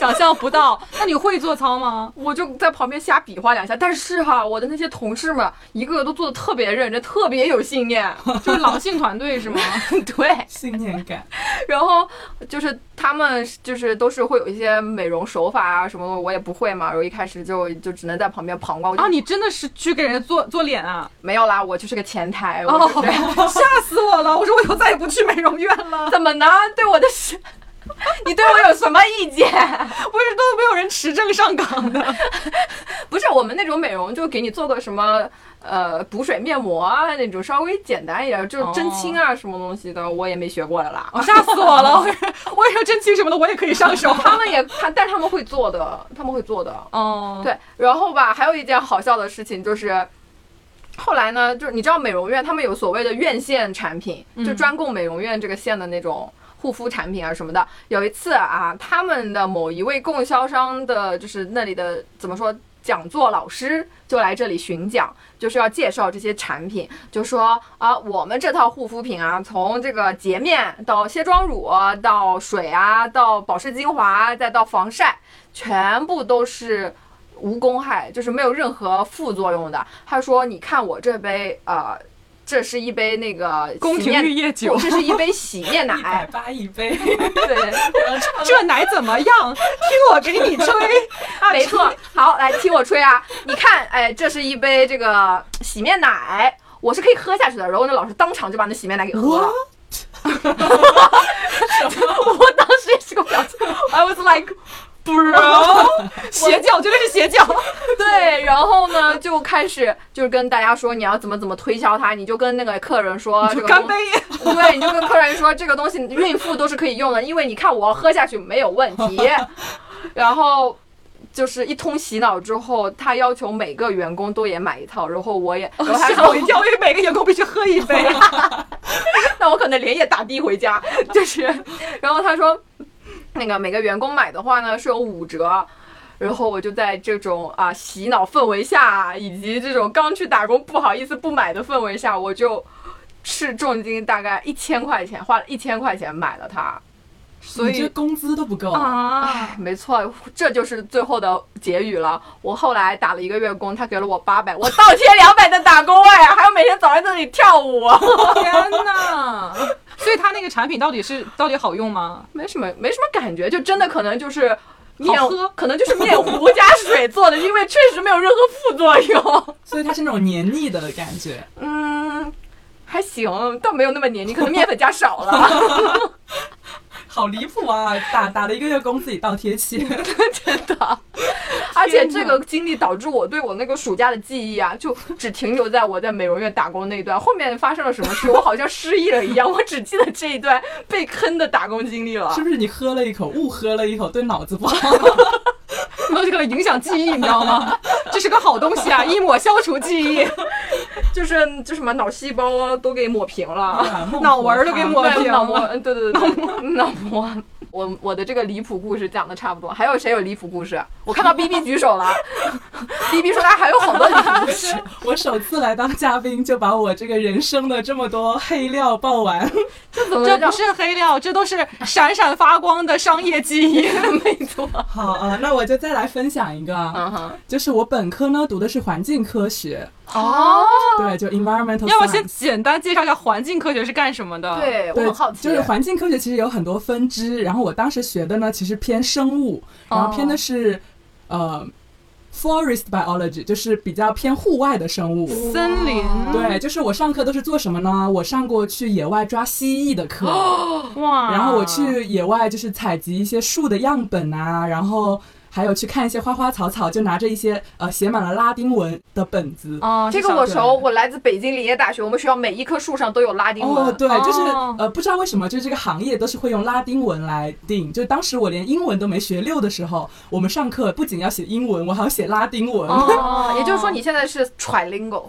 [SPEAKER 1] 想象不到。那你会做操吗？
[SPEAKER 2] 我就在旁边瞎比划两下。但是哈，我的那些同事们一个个都做的特别认真，特别有信念，
[SPEAKER 1] 就是狼性团队 是吗？
[SPEAKER 2] 对。
[SPEAKER 3] 信念感。
[SPEAKER 2] 然后就是他们就是都是会有一些美容手法啊什么的，我也不会嘛，然后一开始就就只能在旁边旁观。我就
[SPEAKER 1] 啊，你真的是去给人家做做脸啊？
[SPEAKER 2] 没有啦，我就是个前台，我
[SPEAKER 1] 哦
[SPEAKER 2] 就是
[SPEAKER 1] 吓死我了！我说我以后再也不去美容院了。
[SPEAKER 2] 怎么呢？对我的是， 你对我有什么意见？
[SPEAKER 1] 不是都没有人持证上岗的，
[SPEAKER 2] 不是我们那种美容，就给你做个什么呃补水面膜啊那种，稍微简单一点，就是针清啊什么东西的，我也没学过了啦。
[SPEAKER 1] 我吓死我了！ 我说我也说真情什么的，我也可以上手。
[SPEAKER 2] 他们也他，但他们会做的，他们会做的。
[SPEAKER 1] 哦，
[SPEAKER 2] 对，然后吧，还有一件好笑的事情就是，后来呢，就是你知道美容院他们有所谓的院线产品，就专供美容院这个线的那种。护肤产品啊什么的，有一次啊，他们的某一位供销商的，就是那里的怎么说，讲座老师就来这里巡讲，就是要介绍这些产品，就说啊，我们这套护肤品啊，从这个洁面到卸妆乳到水啊，到保湿精华，再到防晒，全部都是无公害，就是没有任何副作用的。他说：“你看我这杯，呃，这是一杯那个
[SPEAKER 1] 宫
[SPEAKER 2] 洗
[SPEAKER 1] 廷
[SPEAKER 2] 面
[SPEAKER 1] 玉液酒
[SPEAKER 2] 不， 这是一杯洗面
[SPEAKER 3] 一百
[SPEAKER 2] 奶。
[SPEAKER 3] 八一杯，
[SPEAKER 2] 对，
[SPEAKER 1] 这奶怎么样？听我给你吹。啊
[SPEAKER 2] 没错。好，来听我吹啊！你看，哎，这是一杯这个洗面奶，我是可以喝下去的。然后那老师当场就把那洗面奶给喝了。 我当时也是个表情，I was like。”
[SPEAKER 1] bro，邪教绝对是邪教。
[SPEAKER 2] 对，然后呢，就开始就是跟大家说你要怎么怎么推销它，你就跟那个客人说这
[SPEAKER 1] 就
[SPEAKER 2] 个
[SPEAKER 1] 干
[SPEAKER 2] 东
[SPEAKER 1] 杯！
[SPEAKER 2] 对，你就跟客人说这个东西孕妇都是可以用的，因为你看我喝下去没有问题。然后就是一通洗脑之后，他要求每个员工都也买一套，然后我也，然后他
[SPEAKER 1] 吓我一跳，因为每个员工必须喝一杯。
[SPEAKER 2] 那我可能连夜打的回家，就是，然后他说，那个每个员工买的话呢是有五折。然后我就在这种啊洗脑氛围下，以及这种刚去打工不好意思不买的氛围下，我就斥重金，大概一千块钱，花了一千块钱买了它。
[SPEAKER 1] 所
[SPEAKER 3] 你这
[SPEAKER 1] 以
[SPEAKER 3] 工资都不够。
[SPEAKER 1] 啊，
[SPEAKER 2] 唉没错，这就是最后的结语了。我后来打了一个月工，他给了我八百，我倒贴两百的打工哎，还要每天早上在那里跳舞。啊
[SPEAKER 1] 天哪！所以它那个产品到底是到底好用吗？
[SPEAKER 2] 没什么没什么感觉，就真的可能就是面
[SPEAKER 1] 好喝
[SPEAKER 2] 可能就是面糊加水做的，因为确实没有任何副作用。
[SPEAKER 3] 所以它是那种黏腻的感觉，
[SPEAKER 2] 嗯，还行，倒没有那么黏腻，可能面粉加少了。
[SPEAKER 3] 好离谱啊！打打了一个月工，自己倒贴切，
[SPEAKER 2] 而且这个经历导致我对我那个暑假的记忆啊，就只停留在我在美容院打工那一段。后面发生了什么事，我好像失忆了一样，我只记得这一段被坑的打工经历了
[SPEAKER 3] 是。不是？你喝了一口，误喝了一口，对脑子不好。
[SPEAKER 1] 那这个影响记忆，你知道吗？ 这是个好东西啊，一抹消除记忆，
[SPEAKER 2] 就是就什么脑细胞啊都给抹 平了。
[SPEAKER 3] 啊
[SPEAKER 1] 脑门儿都给抹
[SPEAKER 2] 对
[SPEAKER 1] 平
[SPEAKER 2] 脑
[SPEAKER 1] 了。
[SPEAKER 2] 膜，对对对，脑膜，脑膜。我我的这个离谱故事讲的差不多，还有谁有离谱故事？啊我看到 B B 举手了 ，B B 说他还有好多离谱故事。
[SPEAKER 3] 我首次来当嘉宾，就把我这个人生的这么多黑料爆完，
[SPEAKER 2] 这怎么
[SPEAKER 1] 这
[SPEAKER 2] 叫
[SPEAKER 1] 不是黑料，这都是闪闪发光的商业记 忆。
[SPEAKER 2] 没错？
[SPEAKER 3] 好啊，那我就再来分享一个啊，
[SPEAKER 2] 嗯哼，
[SPEAKER 3] 就是我本科呢读的是环境科学，
[SPEAKER 1] 哦，
[SPEAKER 3] 对，就 environmental
[SPEAKER 1] 要不要先
[SPEAKER 3] science。
[SPEAKER 1] 简单介绍一下环境科学是干什么的？，
[SPEAKER 2] 对我
[SPEAKER 3] 对
[SPEAKER 2] 很好，奇，
[SPEAKER 3] 就是环
[SPEAKER 2] 哦
[SPEAKER 3] 境科学其实有很多分支，然后我当时学的呢，其实偏生物，然后偏的是呃 forest biology，就是比较偏户外的生物。
[SPEAKER 1] 森林，
[SPEAKER 3] 对，就是我上课都是做什么呢？我上过去野外抓蜥蜴的课，
[SPEAKER 2] 哦
[SPEAKER 1] 哇！
[SPEAKER 3] 然后我去野外就是采集一些树的样本啊，然后还有去看一些花花草草，就拿着一些呃写满了拉丁文的本子。
[SPEAKER 1] 哦，
[SPEAKER 2] 这
[SPEAKER 1] 是
[SPEAKER 2] 个
[SPEAKER 1] 小
[SPEAKER 2] 我
[SPEAKER 1] 学
[SPEAKER 2] 熟，我来自北京林业大学，我们学校每一棵树上都有拉丁文。
[SPEAKER 3] 哦，对，就是
[SPEAKER 1] 哦
[SPEAKER 3] 呃，不知道为什么，就是这个行业都是会用拉丁文来定。就当时我连英文都没学溜的时候，我们上课不仅要写英文，我还要写拉丁文。
[SPEAKER 2] 哦， 也就是说你现在是 trilingual，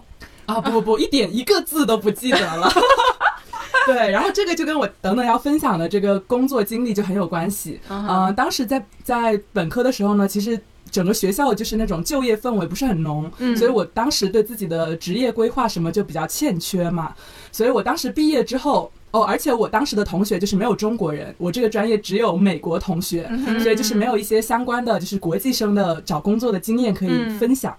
[SPEAKER 3] 啊，不不不，一点一个字都不记得了。 对，然后这个就跟我等等要分享的这个工作经历就很有关系。
[SPEAKER 2] 嗯
[SPEAKER 3] 嗯、
[SPEAKER 2] 哼
[SPEAKER 3] 当时在在本科的时候呢，其实整个学校就是那种就业氛围不是很浓，
[SPEAKER 1] 嗯
[SPEAKER 3] 所以我当时对自己的职业规划什么就比较欠缺嘛。所以我当时毕业之后，哦，而且我当时的同学就是没有中国人，我这个专业只有美国同学，所以就是没有一些相关的就是国际生的找工作的经验可以
[SPEAKER 1] 嗯
[SPEAKER 3] 分享。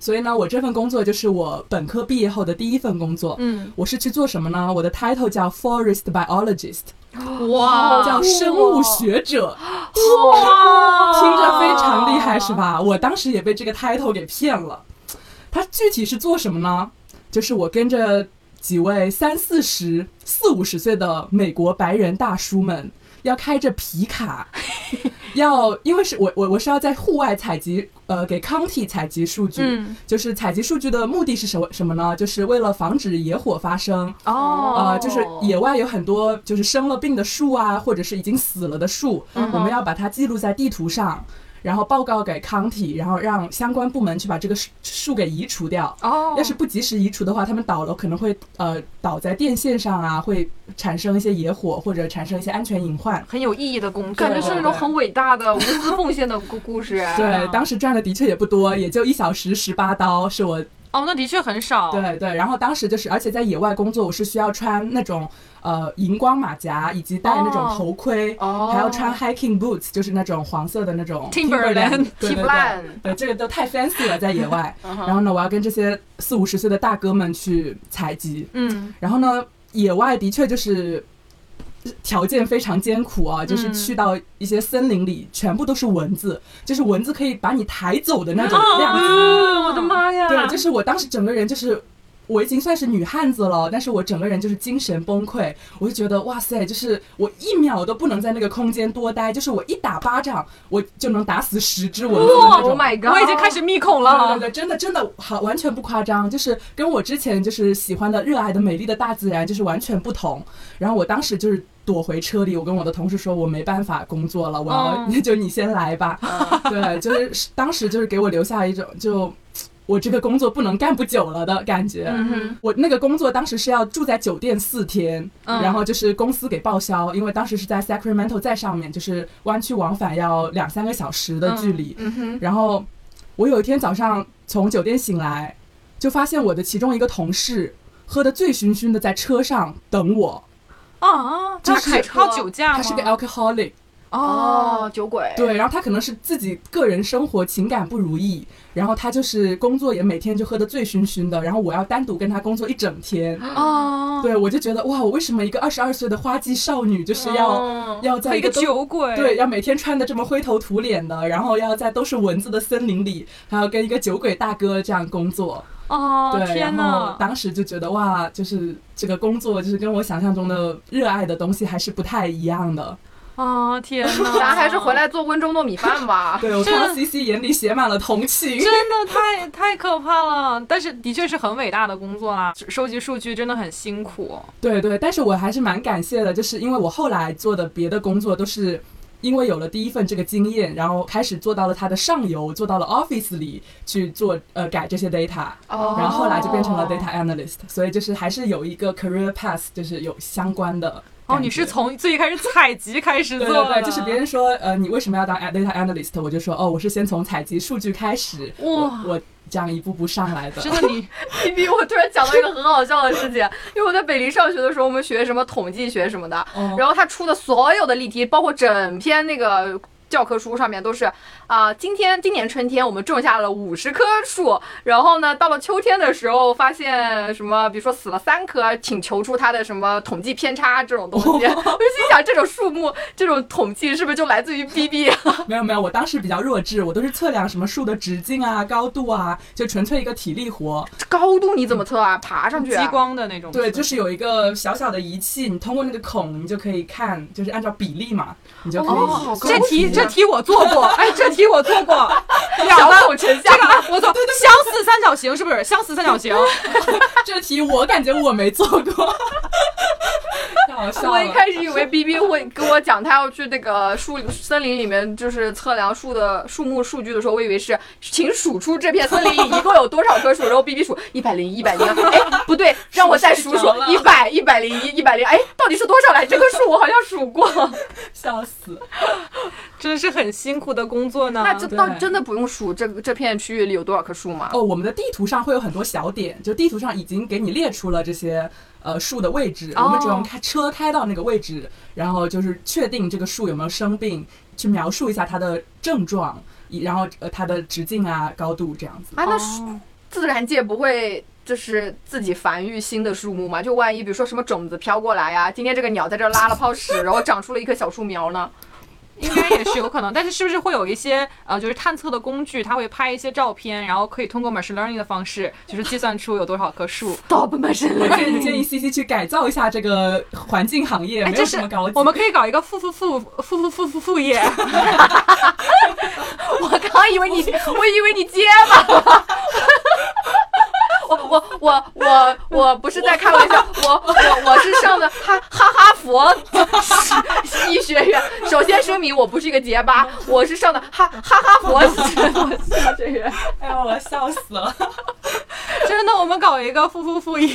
[SPEAKER 3] 所以呢，我这份工作就是我本科毕业后的第一份工作。
[SPEAKER 1] 嗯，
[SPEAKER 3] 我是去做什么呢？我的 title 叫 forest biologist，
[SPEAKER 1] 哇，
[SPEAKER 3] 叫生物学者，
[SPEAKER 1] 哇，
[SPEAKER 3] 听着非常厉害是？吧？我当时也被这个 title 给骗了。它具体是做什么呢？就是我跟着几位三四十、四五十岁的美国白人大叔们，要开着皮卡，要因为是我我我是要在户外采集，呃，给 county 采集数据。
[SPEAKER 1] 嗯，
[SPEAKER 3] 就是采集数据的目的是什么什么呢？就是为了防止野火发生。
[SPEAKER 1] 哦，
[SPEAKER 3] 呃，就是野外有很多就是生了病的树啊，或者是已经死了的树，
[SPEAKER 1] 嗯哼
[SPEAKER 3] 我们要把它记录在地图上，然后报告给康体，然后让相关部门去把这个树树给移除掉。
[SPEAKER 1] 哦，
[SPEAKER 3] 要是不及时移除的话，他们倒了可能会呃倒在电线上啊，会产生一些野火或者产生一些安全隐患。
[SPEAKER 1] 很有意义的工作，
[SPEAKER 2] 感觉是那种很伟大的无私奉献的故故事。啊
[SPEAKER 1] 啊
[SPEAKER 3] 对，当时赚的的确也不多，也就一小时十八刀，是我
[SPEAKER 1] 哦，那的确很少，，
[SPEAKER 3] 对对，然后当时就是，而且在野外工作，我是需要穿那种呃荧光马甲，以及戴那种
[SPEAKER 1] 哦
[SPEAKER 3] 头盔，
[SPEAKER 2] 哦
[SPEAKER 3] 还要穿 hiking boots，就是那种黄色的那种
[SPEAKER 1] Timberland
[SPEAKER 3] 对对
[SPEAKER 2] t b
[SPEAKER 3] 对，
[SPEAKER 2] 烂，
[SPEAKER 3] 对这个都太 fancy 了，在野外。
[SPEAKER 2] 嗯哼
[SPEAKER 3] 然后呢，我要跟这些四五十岁的大哥们去采集，
[SPEAKER 1] 嗯，
[SPEAKER 3] 然后呢，野外的确就是。条件非常艰苦啊，就是
[SPEAKER 1] 嗯
[SPEAKER 3] 去到一些森林里，全部都是蚊子，就是蚊子可以把你抬走的那种量级。
[SPEAKER 1] 嗯，我的妈，
[SPEAKER 2] 妈呀
[SPEAKER 3] 对，就是我当时整个人就是。我已经算是女汉子了，但是我整个人就是精神崩溃，我就觉得哇塞，就是我一秒都不能在那个空间多待，就是我一打巴掌，我就能打死十只蚊子的那种。
[SPEAKER 2] ！Oh my god！
[SPEAKER 1] 我已经开始密恐
[SPEAKER 3] 对对
[SPEAKER 1] 了，
[SPEAKER 3] 对，真的真的好，完全不夸张，就是跟我之前就是喜欢的、热爱的、美丽的大自然就是完全不同。然后我当时就是躲回车里，我跟我的同事说，我没办法工作了，我要、
[SPEAKER 1] 嗯
[SPEAKER 3] 就你先来吧。 对，就是当时就是给我留下一种就。我这个工作不能干不久了的感觉。
[SPEAKER 1] 嗯哼，
[SPEAKER 3] 我那个工作当时是要住在酒店四天，
[SPEAKER 1] 嗯
[SPEAKER 3] 然后就是公司给报销，因为当时是在 Sacramento 在上面，就是湾区往返要两三个小时的距离。
[SPEAKER 2] 嗯哼，
[SPEAKER 3] 然后我有一天早上从酒店醒来，就发现我的其中一个同事喝得醉醺醺的在车上等我，
[SPEAKER 1] 啊，
[SPEAKER 3] 就
[SPEAKER 1] 他
[SPEAKER 3] 是
[SPEAKER 1] 开超酒啊驾吗？
[SPEAKER 3] 他是个 alcoholic，
[SPEAKER 1] 哦
[SPEAKER 2] 哦，，酒鬼，
[SPEAKER 3] 对，然后他可能是自己个人生活情感不如意，然后他就是工作也每天就喝得醉醺醺的，然后我要单独跟他工作一整天，
[SPEAKER 1] 哦，
[SPEAKER 3] 对我就觉得哇，我为什么一个二十二岁的花季少女就是要、
[SPEAKER 2] 哦
[SPEAKER 3] 要
[SPEAKER 1] 和
[SPEAKER 3] 在
[SPEAKER 1] 一个
[SPEAKER 3] 都
[SPEAKER 1] 酒鬼，
[SPEAKER 3] 对，要每天穿的这么灰头土脸的，然后要在都是蚊子的森林里，还要跟一个酒鬼大哥这样工作。
[SPEAKER 1] 哦，
[SPEAKER 3] 对，
[SPEAKER 1] 天
[SPEAKER 3] 然后
[SPEAKER 1] 哪，
[SPEAKER 3] 当时就觉得哇，就是这个工作，就是跟我想象中的热爱的东西还是不太一样的。
[SPEAKER 1] 哦， 天哪，
[SPEAKER 2] 咱还是回。来做温州糯米饭吧。
[SPEAKER 3] 对我看到
[SPEAKER 1] 这
[SPEAKER 3] C C 眼里写满了同情。
[SPEAKER 1] 真的太太可怕了，但是的确是很伟大的工作啦，收集数据真的很辛苦。
[SPEAKER 3] 对对，但是我还是蛮感谢的，就是因为我后来做的别的工作都是。因为有了第一份这个经验，然后开始做到了它的上游，做到了 Office 里去做呃改这些 data，
[SPEAKER 2] 哦
[SPEAKER 3] 然后后来就变成了 data analyst，所以就是还是有一个 career path，就是有相关的感觉。
[SPEAKER 1] 哦，你是从最一开始采集开始
[SPEAKER 3] 对
[SPEAKER 1] 做
[SPEAKER 3] 对
[SPEAKER 1] 的，
[SPEAKER 3] 对，就是别人说呃你为什么要当 data analyst，我就说哦我是先从采集数据开始，我
[SPEAKER 1] 哇
[SPEAKER 3] 我这样一步步上来的。
[SPEAKER 1] 真的你
[SPEAKER 2] P B，我突然想到一个很好笑的事情，因为我在北林上学的时候，我们学什么统计学什么的，
[SPEAKER 3] 哦
[SPEAKER 2] 然后他出的所有的例题，包括整篇那个。教科书上面都是啊、今天今年春天我们种下了五十棵树，然后呢，到了秋天的时候发现什么，比如说死了三棵，请求出它的什么统计偏差这种 东西。我就心想，这种数目这种统计是不是就来自 于 BB 啊？
[SPEAKER 3] 没有没有，我当时比较弱智，我都是测量什么树的直径啊、高度啊，就纯粹一个体力
[SPEAKER 1] 哦
[SPEAKER 3] 活。
[SPEAKER 2] 高度你怎么测啊？爬上去、啊？
[SPEAKER 1] 激光的那种，
[SPEAKER 3] 对，就是有一个小小的仪器，你通过那个孔，你就可以看，就是按照比例嘛，你就可以。
[SPEAKER 2] 哦
[SPEAKER 1] 这题
[SPEAKER 2] 高级啊
[SPEAKER 1] 这题我做过，哎，这题我做过，
[SPEAKER 2] 小
[SPEAKER 1] 两个
[SPEAKER 2] 口沉
[SPEAKER 1] 这
[SPEAKER 2] 下。
[SPEAKER 1] 个哎 我做相似三角形是不是？相似三角 形，
[SPEAKER 3] 这题我感觉我没做过，太好笑了。
[SPEAKER 2] 我一开始以为 B B 会跟我讲他要去那个树森林里面，就是测量树的树木数据的时候，我以为是请数出这片森林里一共有多少棵树，然后 B B 数一百零一百零，哎，不对，让我再数
[SPEAKER 3] 数
[SPEAKER 2] 数
[SPEAKER 3] 着了
[SPEAKER 2] 一百一百零一一百零，哎，到底是多少来？这棵树我好像数过，
[SPEAKER 3] 笑死，
[SPEAKER 1] 真是很辛苦的工作呢。
[SPEAKER 2] 那就
[SPEAKER 3] 对
[SPEAKER 2] 到真的不用数这这片区域里有多少棵树吗？
[SPEAKER 3] 哦，我们的地图上会有很多小点，就地图上已经给你列出了这些呃树的位置，
[SPEAKER 2] 哦
[SPEAKER 3] 我们只用开车开到那个位置，然后就是确定这个树有没有生病，去描述一下它的症状，以然后呃它的直径啊、高度这样子。
[SPEAKER 2] 啊，那树自然界不会就是自己繁育新的树木吗？就万一比如说什么种子飘过来呀、今天这个鸟在这儿拉了泡屎，然后长出了一棵小树苗呢？
[SPEAKER 1] 应该也是有可能，但是是不是会有一些呃，就是探测的工具，它会拍一些照片，然后可以通过 machine learning 的方式，就是计算出有多少棵树。
[SPEAKER 2] Stop 本身
[SPEAKER 3] 我建议建议 C C 去改造一下这个环境行业，
[SPEAKER 1] 哎，
[SPEAKER 3] 没有
[SPEAKER 1] 这
[SPEAKER 3] 什
[SPEAKER 1] 是
[SPEAKER 3] 么高级。
[SPEAKER 1] 我们可以搞一个副副副副副副副副业，
[SPEAKER 2] 我刚以为你，我以为你结巴了。 我我我我我不是在开玩笑，我我我是上的哈哈哈佛 医学院。首先声明，我不是一个结巴，我是上的哈哈哈佛 医学院。
[SPEAKER 3] 哎呦，我笑死了。
[SPEAKER 1] 真的，我们搞一个副副副业，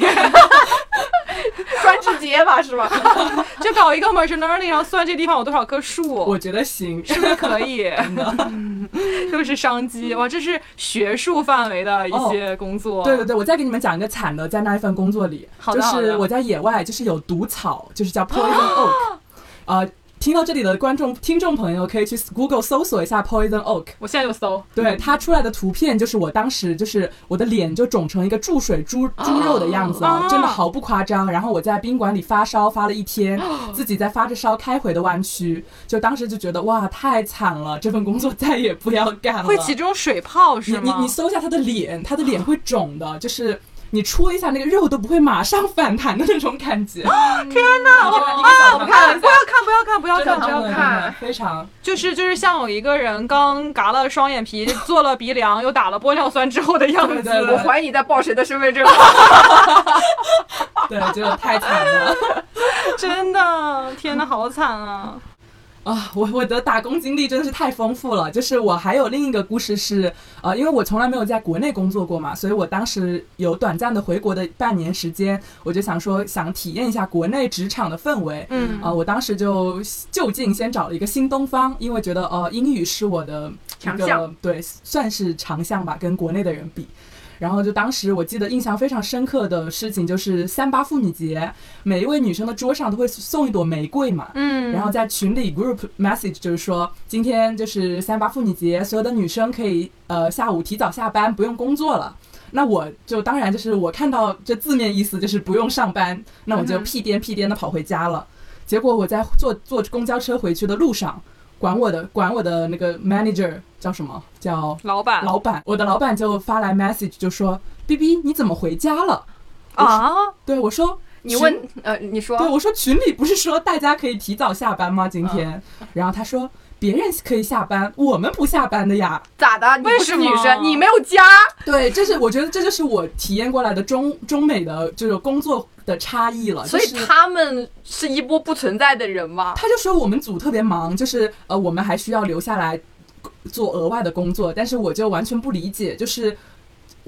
[SPEAKER 2] 专治结巴是吧？
[SPEAKER 1] 就搞一个 machine learning，然后算这地方有多少棵树，
[SPEAKER 3] 我觉得行，
[SPEAKER 1] 是不是可 以？又 是商机哇，这是学术范围的一些工作。
[SPEAKER 3] 嗯哦对对对，我再给你们讲一个惨的，在那一份工作里，
[SPEAKER 1] 好的
[SPEAKER 3] 就
[SPEAKER 1] 好
[SPEAKER 3] 是
[SPEAKER 1] 的
[SPEAKER 3] 我在野外，就是有毒草，就 是叫 poison oak，呃。听到这里的观众、听众朋友可以去 Google 搜索一下 Poison Oak，
[SPEAKER 1] 我现在就搜，
[SPEAKER 3] 对它出来的图片就是我当时就是我的脸就肿成一个注 水猪猪肉的样子啊，
[SPEAKER 1] 啊
[SPEAKER 3] 真的毫不夸张。然后我在宾馆里发烧发了一 天，自己在发着烧开回的湾区，就当时就觉得哇太惨了，这份工作再也不要干了。
[SPEAKER 1] 会起这种水泡
[SPEAKER 3] 你
[SPEAKER 1] 是
[SPEAKER 3] 你
[SPEAKER 1] 吗？
[SPEAKER 3] 你搜一下他的脸，他的脸会肿的，就是你戳一下那个肉都不会马上反弹的那种感觉。
[SPEAKER 1] 天哪，我
[SPEAKER 3] 你可以想
[SPEAKER 1] 不
[SPEAKER 3] 象
[SPEAKER 1] 看，不要看，不要看，不要
[SPEAKER 3] 真的
[SPEAKER 1] 看，
[SPEAKER 3] 真
[SPEAKER 1] 不要
[SPEAKER 3] 的真
[SPEAKER 1] 啊看。
[SPEAKER 3] 的非常
[SPEAKER 1] 就是就是像有一个人刚嘎了双眼皮，做了鼻梁，又打了玻尿酸之后的样子
[SPEAKER 3] 对。对
[SPEAKER 2] 我怀疑你在报谁的身份证。
[SPEAKER 3] 对，真的太惨了
[SPEAKER 1] 真的，天哪，好惨啊！
[SPEAKER 3] 啊！我我的打工经历真的是太丰富了。就是我还有另一个故事是，呃，因为我从来没有在国内工作过嘛，所以我当时有短暂的回国的半年时间，我就想说想体验一下国内职场的氛围，
[SPEAKER 1] 嗯
[SPEAKER 3] 啊、我当时就就近先找了一个新东方，因为觉得呃英语是我的一
[SPEAKER 2] 强
[SPEAKER 3] 个
[SPEAKER 2] 项
[SPEAKER 3] 对算是长项吧，跟国内的人比。然后就当时我记得印象非常深刻的事情就是三八妇女节，每一位女生的桌上都会送一朵玫瑰嘛。
[SPEAKER 1] 嗯
[SPEAKER 3] 然后在群里 group message 就是说，今天就是三八妇女节，所有的女生可以呃下午提早下班，不用工作了。那我就当然就是我看到这字面意思就是不用上班，那我就
[SPEAKER 1] 嗯哼
[SPEAKER 3] 屁颠屁颠的跑回家了。结果我在坐坐公交车回去的路上，管我的管我的那个 manager 叫什么叫
[SPEAKER 1] 老板
[SPEAKER 3] 老板，我的老板就发来 message 就说：“B B 你怎么回家了
[SPEAKER 1] 啊，？”
[SPEAKER 3] 对我说：“
[SPEAKER 2] 你
[SPEAKER 3] 群
[SPEAKER 2] 问呃，你说
[SPEAKER 3] 对，我说群里不是说大家可以提早下班吗？今天，然后他说别人可以下班，我们不下班的呀。
[SPEAKER 2] 咋的？你不是
[SPEAKER 1] 为什
[SPEAKER 2] 女
[SPEAKER 1] 么
[SPEAKER 2] 生，你没有家，
[SPEAKER 3] 对，这是我觉得这就是我体验过来的中中美的这种工作的差异了。
[SPEAKER 2] 所以
[SPEAKER 3] 就是
[SPEAKER 2] 他们是一波不存在的人吗？
[SPEAKER 3] 他就说我们组特别忙，就是呃，我们还需要留下来做额外的工作，但是我就完全不理解，就是。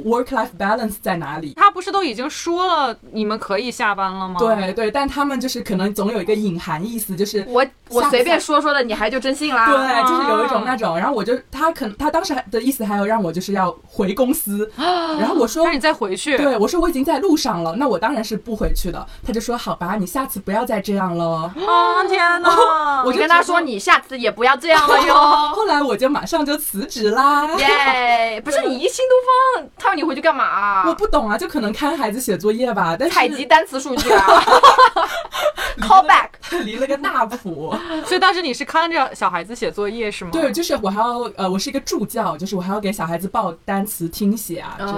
[SPEAKER 3] work life balance 在哪里。
[SPEAKER 1] 他不是都已经说了你们可以下班了吗？
[SPEAKER 3] 对对，但他们就是可能总有一个隐含意思，就是
[SPEAKER 2] 我我
[SPEAKER 3] 下
[SPEAKER 2] 随便说说的，你还就真信啦？
[SPEAKER 3] 对，就是有一种那种，然后我就他可能他当时还的意思还有让我就是要回公司，
[SPEAKER 2] 啊
[SPEAKER 3] 然后我说
[SPEAKER 1] 那你再回去。
[SPEAKER 3] 对我说我已经在路上了，那我当然是不回去的。他就说好吧，你下次不要再这样了。
[SPEAKER 1] 啊天哪！
[SPEAKER 3] 我
[SPEAKER 2] 我
[SPEAKER 3] 就
[SPEAKER 2] 跟他
[SPEAKER 3] 觉得
[SPEAKER 2] 说，你下次也不要这样了 哟。
[SPEAKER 3] 后来我就马上就辞职 啦。
[SPEAKER 2] 耶，不是你一新东方，他要你回去干嘛啊、
[SPEAKER 3] 我不懂啊，就可能看孩子写作业吧，但是
[SPEAKER 2] 采集单词数据啊 ，call back。
[SPEAKER 3] 离了个大 谱。
[SPEAKER 1] 所以当时你是看着小孩子写作业是吗？
[SPEAKER 3] 对，就是我还要呃，我是一个助教，就是我还要给小孩子报单词听写啊之类的。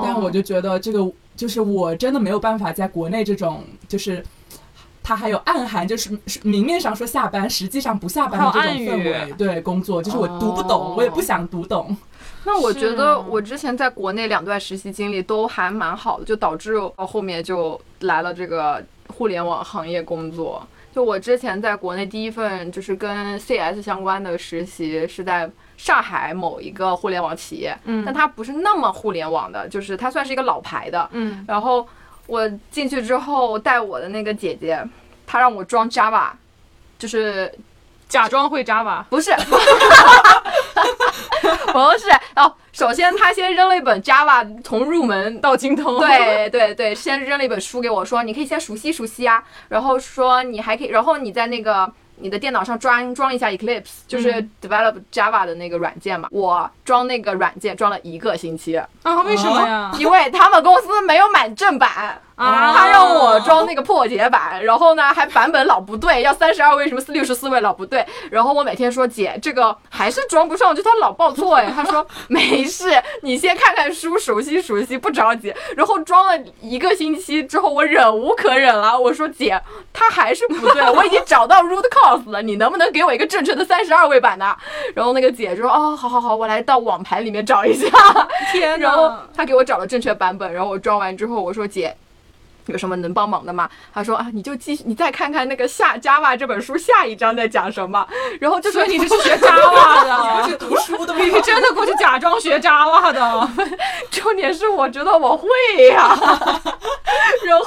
[SPEAKER 1] 嗯
[SPEAKER 3] 但我就觉得这个就是我真的没有办法在国内这种就是。它还有暗含，就是是明面上说下班，实际上不下班的这
[SPEAKER 1] 还有
[SPEAKER 3] 种
[SPEAKER 1] 暗
[SPEAKER 3] 氛
[SPEAKER 1] 语
[SPEAKER 3] 围，对工作，就是我读不懂，
[SPEAKER 2] 哦
[SPEAKER 3] 我也不想读懂。
[SPEAKER 2] 那我觉
[SPEAKER 1] 是
[SPEAKER 2] 得我之前在国内两段实习经历都还蛮好的，就导致我后面就来了这个互联网行业工作。就我之前在国内第一份就是跟 CS 相关的实习是在上海某一个互联网企业，
[SPEAKER 1] 嗯
[SPEAKER 2] 但它不是那么互联网的，就是它算是一个老牌的。
[SPEAKER 1] 嗯，
[SPEAKER 2] 然后我进去之后带我的那个姐姐，她让我装 Java，就是
[SPEAKER 1] 假装会 Java。
[SPEAKER 2] 不是， 不是哦。首先，他先扔了一本 Java，从入 门到精通。对对对，先扔了一本书给我，说你可以先熟悉熟悉啊，然后说你还可以，然后你在那个。你的电脑上装装一下 Eclipse，就是 develop Java 的那个软件嘛。我装那个软件装了一个星期，
[SPEAKER 1] 啊，为什么呀？
[SPEAKER 2] 因为他们公司没有买正版，
[SPEAKER 1] 啊
[SPEAKER 2] 他让我装那个破解版，然后呢还版本老不对，要三十二位什么六十四位老不对，然后我每天说姐这个还是装不上，就他老报错哎，他说没事，你先看看书熟悉熟悉，不着急。然后装了一个星期之后，我忍无可忍了，我说姐他还是不对，我已经找到 root cause 了，你能不能给我一个正确的三十二位版的？然后那个姐就说哦好好好，我来到网盘里面找一下。
[SPEAKER 1] 天
[SPEAKER 2] 然后
[SPEAKER 1] 哪！
[SPEAKER 2] 他给我找了正确版本，然后我装完之后，我说姐。有什么能帮忙的吗？他说啊，你就继续，你再看看那个下 Java 这本书下一章在讲什么。 然后就
[SPEAKER 1] 所
[SPEAKER 2] 说
[SPEAKER 1] 以你是学 Java 的，
[SPEAKER 3] 去读书的 吗？
[SPEAKER 1] 你真的过去假装学 Java 的。
[SPEAKER 2] 重点是我觉得我会呀、 然后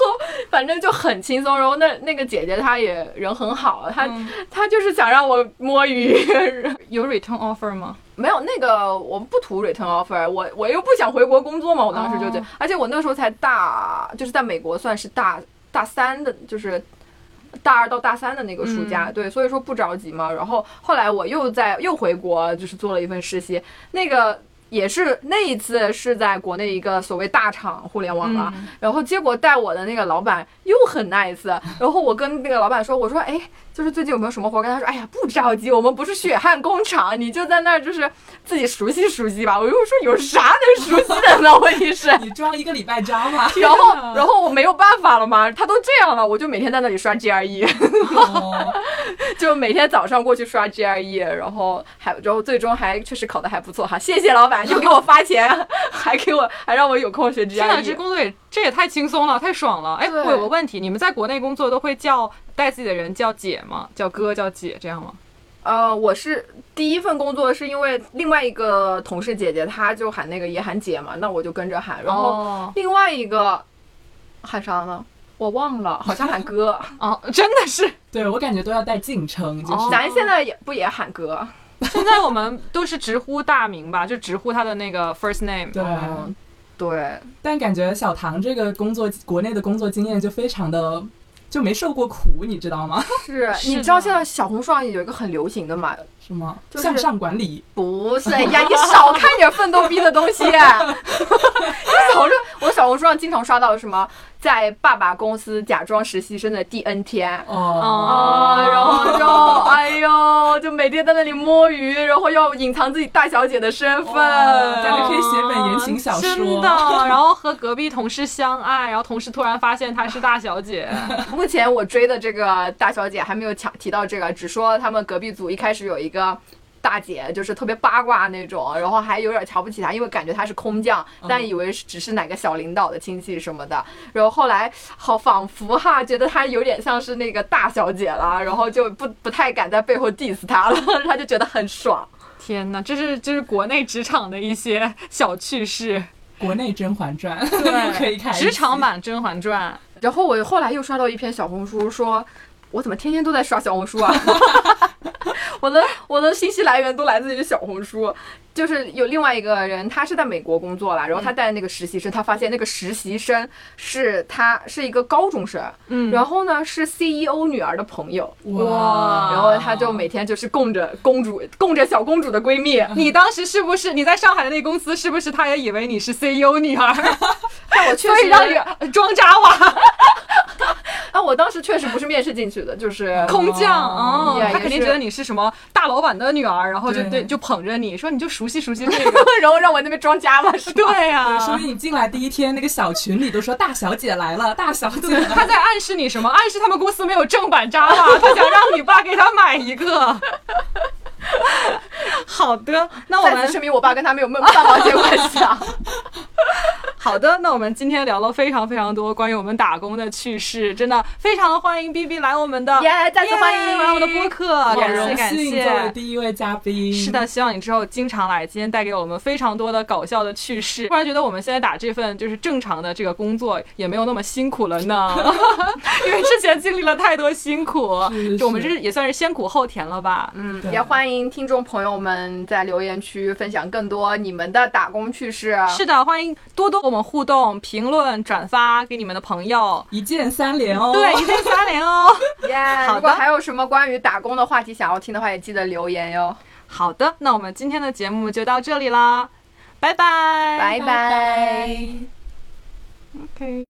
[SPEAKER 2] 反正就很轻松。然后那那个姐姐她也人很好，她、
[SPEAKER 1] 嗯
[SPEAKER 2] 她就是想让我摸鱼，
[SPEAKER 1] 有 return offer 吗？
[SPEAKER 2] 没有那个，我不图 return offer，我我又不想回国工作嘛，我当时就这
[SPEAKER 1] 哦
[SPEAKER 2] 而且我那时候才大，就是在美国算是大大三的，就是大二到大三的那个暑假，对，所以说不着急嘛。然后后来我又在又回国，就是做了一份实习，那个也是那一次是在国内一个所谓大厂互联
[SPEAKER 1] 嗯
[SPEAKER 2] 网了，然后结果带我的那个老板又很 nice，然后我跟那个老板说，我说哎，就是最近有没有什么活干？他说，哎呀，不着急，我们不是血汗工厂，你就在那儿就是自己熟悉熟悉吧。我又说有啥能熟悉的呢？问题是。
[SPEAKER 3] 你装一个礼拜 Java，
[SPEAKER 2] 然后，然后我没有办法了嘛，他都这样了，我就每天在那里刷 GRE，
[SPEAKER 3] 哦
[SPEAKER 2] 就每天早上过去刷 GRE，然 E，后还，然后最终还确实考得还不错哈，谢谢老板，又给我发钱，还给我，还让我有空学 E
[SPEAKER 1] 天哪，这
[SPEAKER 2] GRE。
[SPEAKER 1] 工作也这也太轻松了，太爽了。哎，
[SPEAKER 2] 对
[SPEAKER 1] 我有个问题，你们在国内工作都会叫带自己的人叫姐吗？叫哥叫姐这样吗？
[SPEAKER 2] 呃，我是第一份工作是因为另外一个同事姐姐，她就喊那个也喊姐嘛，那我就跟着喊，然后
[SPEAKER 1] 哦
[SPEAKER 2] 另外一个喊啥呢？我忘了，好像喊 哥。
[SPEAKER 1] 哦，真的是，
[SPEAKER 3] 对我感觉都要带进称，就是、
[SPEAKER 1] 哦
[SPEAKER 2] 咱现在也不也喊哥？
[SPEAKER 1] 现在我们都是直呼大名吧，就直呼他的那个 first name。
[SPEAKER 3] 对。
[SPEAKER 2] 嗯，对，
[SPEAKER 3] 但感觉小唐这个工作，国内的工作经验就非常的，就没受过苦，你知道吗？
[SPEAKER 2] 是。
[SPEAKER 1] 是
[SPEAKER 2] 你知道
[SPEAKER 1] 的
[SPEAKER 2] 现在小红书上有一个很流行的嘛？
[SPEAKER 3] 什么、
[SPEAKER 2] 就是
[SPEAKER 3] 向上管理？
[SPEAKER 2] 不是呀，你少看点奋斗逼的东 西。你小红书， 我小红书上经常刷到什么，在爸爸公司假装实习生的第 N 天。
[SPEAKER 3] 哦，
[SPEAKER 2] 啊，然后就哎呦，就每天在那里摸鱼，然后要隐藏自己大小姐的身份，哦
[SPEAKER 3] 哇感觉可以写本言情小说
[SPEAKER 1] 哦真的。 然后和隔壁同事相爱，然后同事突然发现她是大小 姐。
[SPEAKER 2] 目前我追的这个大小姐还没有强提到这个，只说他们隔壁组一开始有一个。大姐就是特别八卦那种，然后还有点瞧不起她，因为感觉她是空降，但以为是只是哪个小领导的亲戚什么的。然后后来好仿佛哈，觉得她有点像是那个大小姐了，然后就不不太敢在背后 diss 她了，她就觉得很爽。
[SPEAKER 1] 天哪，这是这是国内职场的一些小趣事。
[SPEAKER 3] 国内《甄嬛传》又 可以
[SPEAKER 1] 对，
[SPEAKER 3] 看一
[SPEAKER 1] 职场
[SPEAKER 3] 集
[SPEAKER 1] 版《甄嬛 传
[SPEAKER 2] 然后我后来又刷到一篇小红书说。我怎么天天都在刷小红书啊？ 我的我的信息来源都来自于小红书。就是有另外一个人，他是在美国工作啦，然后他带那个实习生，他发现那个实习生是他是一个高中生，》。
[SPEAKER 1] 嗯，
[SPEAKER 2] 然后呢是 CEO 女儿的朋友，
[SPEAKER 1] 哇
[SPEAKER 2] 然后她就每天就是供着公主供着小公主的闺蜜，
[SPEAKER 1] 你当时是不是你在上海的那公司是不是他也以为你是 CEO 女 儿，
[SPEAKER 2] 但我确
[SPEAKER 1] 所以
[SPEAKER 2] 实
[SPEAKER 1] 让你呃装渣娃
[SPEAKER 2] 啊，我当时确实不是面试进去的，就是
[SPEAKER 1] 空降
[SPEAKER 3] 哦
[SPEAKER 1] 哦
[SPEAKER 2] 也，
[SPEAKER 1] 他肯定
[SPEAKER 2] 是
[SPEAKER 1] 觉得你是什么大老板的女儿，然后就
[SPEAKER 3] 对
[SPEAKER 1] 对就捧着你说你就熟悉熟悉这 个，
[SPEAKER 2] 然后让我那边装家嘛，是吧？
[SPEAKER 1] 对啊呀，
[SPEAKER 3] 说明你进来第一天，那个小群里都说大小姐来了，大小 姐来
[SPEAKER 1] 他
[SPEAKER 3] 了。
[SPEAKER 1] 在暗示你什么？暗示他们公司没有正版 Java，他想让你爸给他买一个。 好的，那我
[SPEAKER 2] 再次
[SPEAKER 1] 们
[SPEAKER 2] 证明我爸跟他没有半 毛钱关系啊！
[SPEAKER 1] 好的，那我们今天聊了非常非常多关于我们打工的趣事，真的非常的欢迎 B B 来我们的，
[SPEAKER 2] 耶再次欢迎
[SPEAKER 1] 耶来我们的播客，
[SPEAKER 2] 好
[SPEAKER 1] 感
[SPEAKER 3] 荣
[SPEAKER 1] 谢
[SPEAKER 3] 幸
[SPEAKER 1] 感
[SPEAKER 3] 作为
[SPEAKER 1] 谢。
[SPEAKER 3] 第一位嘉宾，
[SPEAKER 1] 是的，希望你之后经常来，今天带给我们非常多的搞笑的趣事。突然觉得我们现在打这份就是正常的这个工作也没有那么辛苦了呢， 因为之前经历了太多辛苦，
[SPEAKER 3] 是是
[SPEAKER 1] 就我们这也算是先苦后甜了吧？嗯，
[SPEAKER 2] 嗯
[SPEAKER 3] 对
[SPEAKER 2] 也欢迎听众朋友们在留言区分享更多你们的打工趣事。
[SPEAKER 1] 是的，欢迎多多和我们互动、评论、转发给你们的朋友。
[SPEAKER 3] 一键三连哦。
[SPEAKER 1] 对，一键三连哦。
[SPEAKER 2] 耶
[SPEAKER 1] 好的
[SPEAKER 2] 如果还有什么关于打工的话题想要听的话，也记得留言哟。
[SPEAKER 1] 好的，那我们今天的节目就到这里啦，拜拜，
[SPEAKER 2] 拜
[SPEAKER 3] 拜拜。
[SPEAKER 1] OK。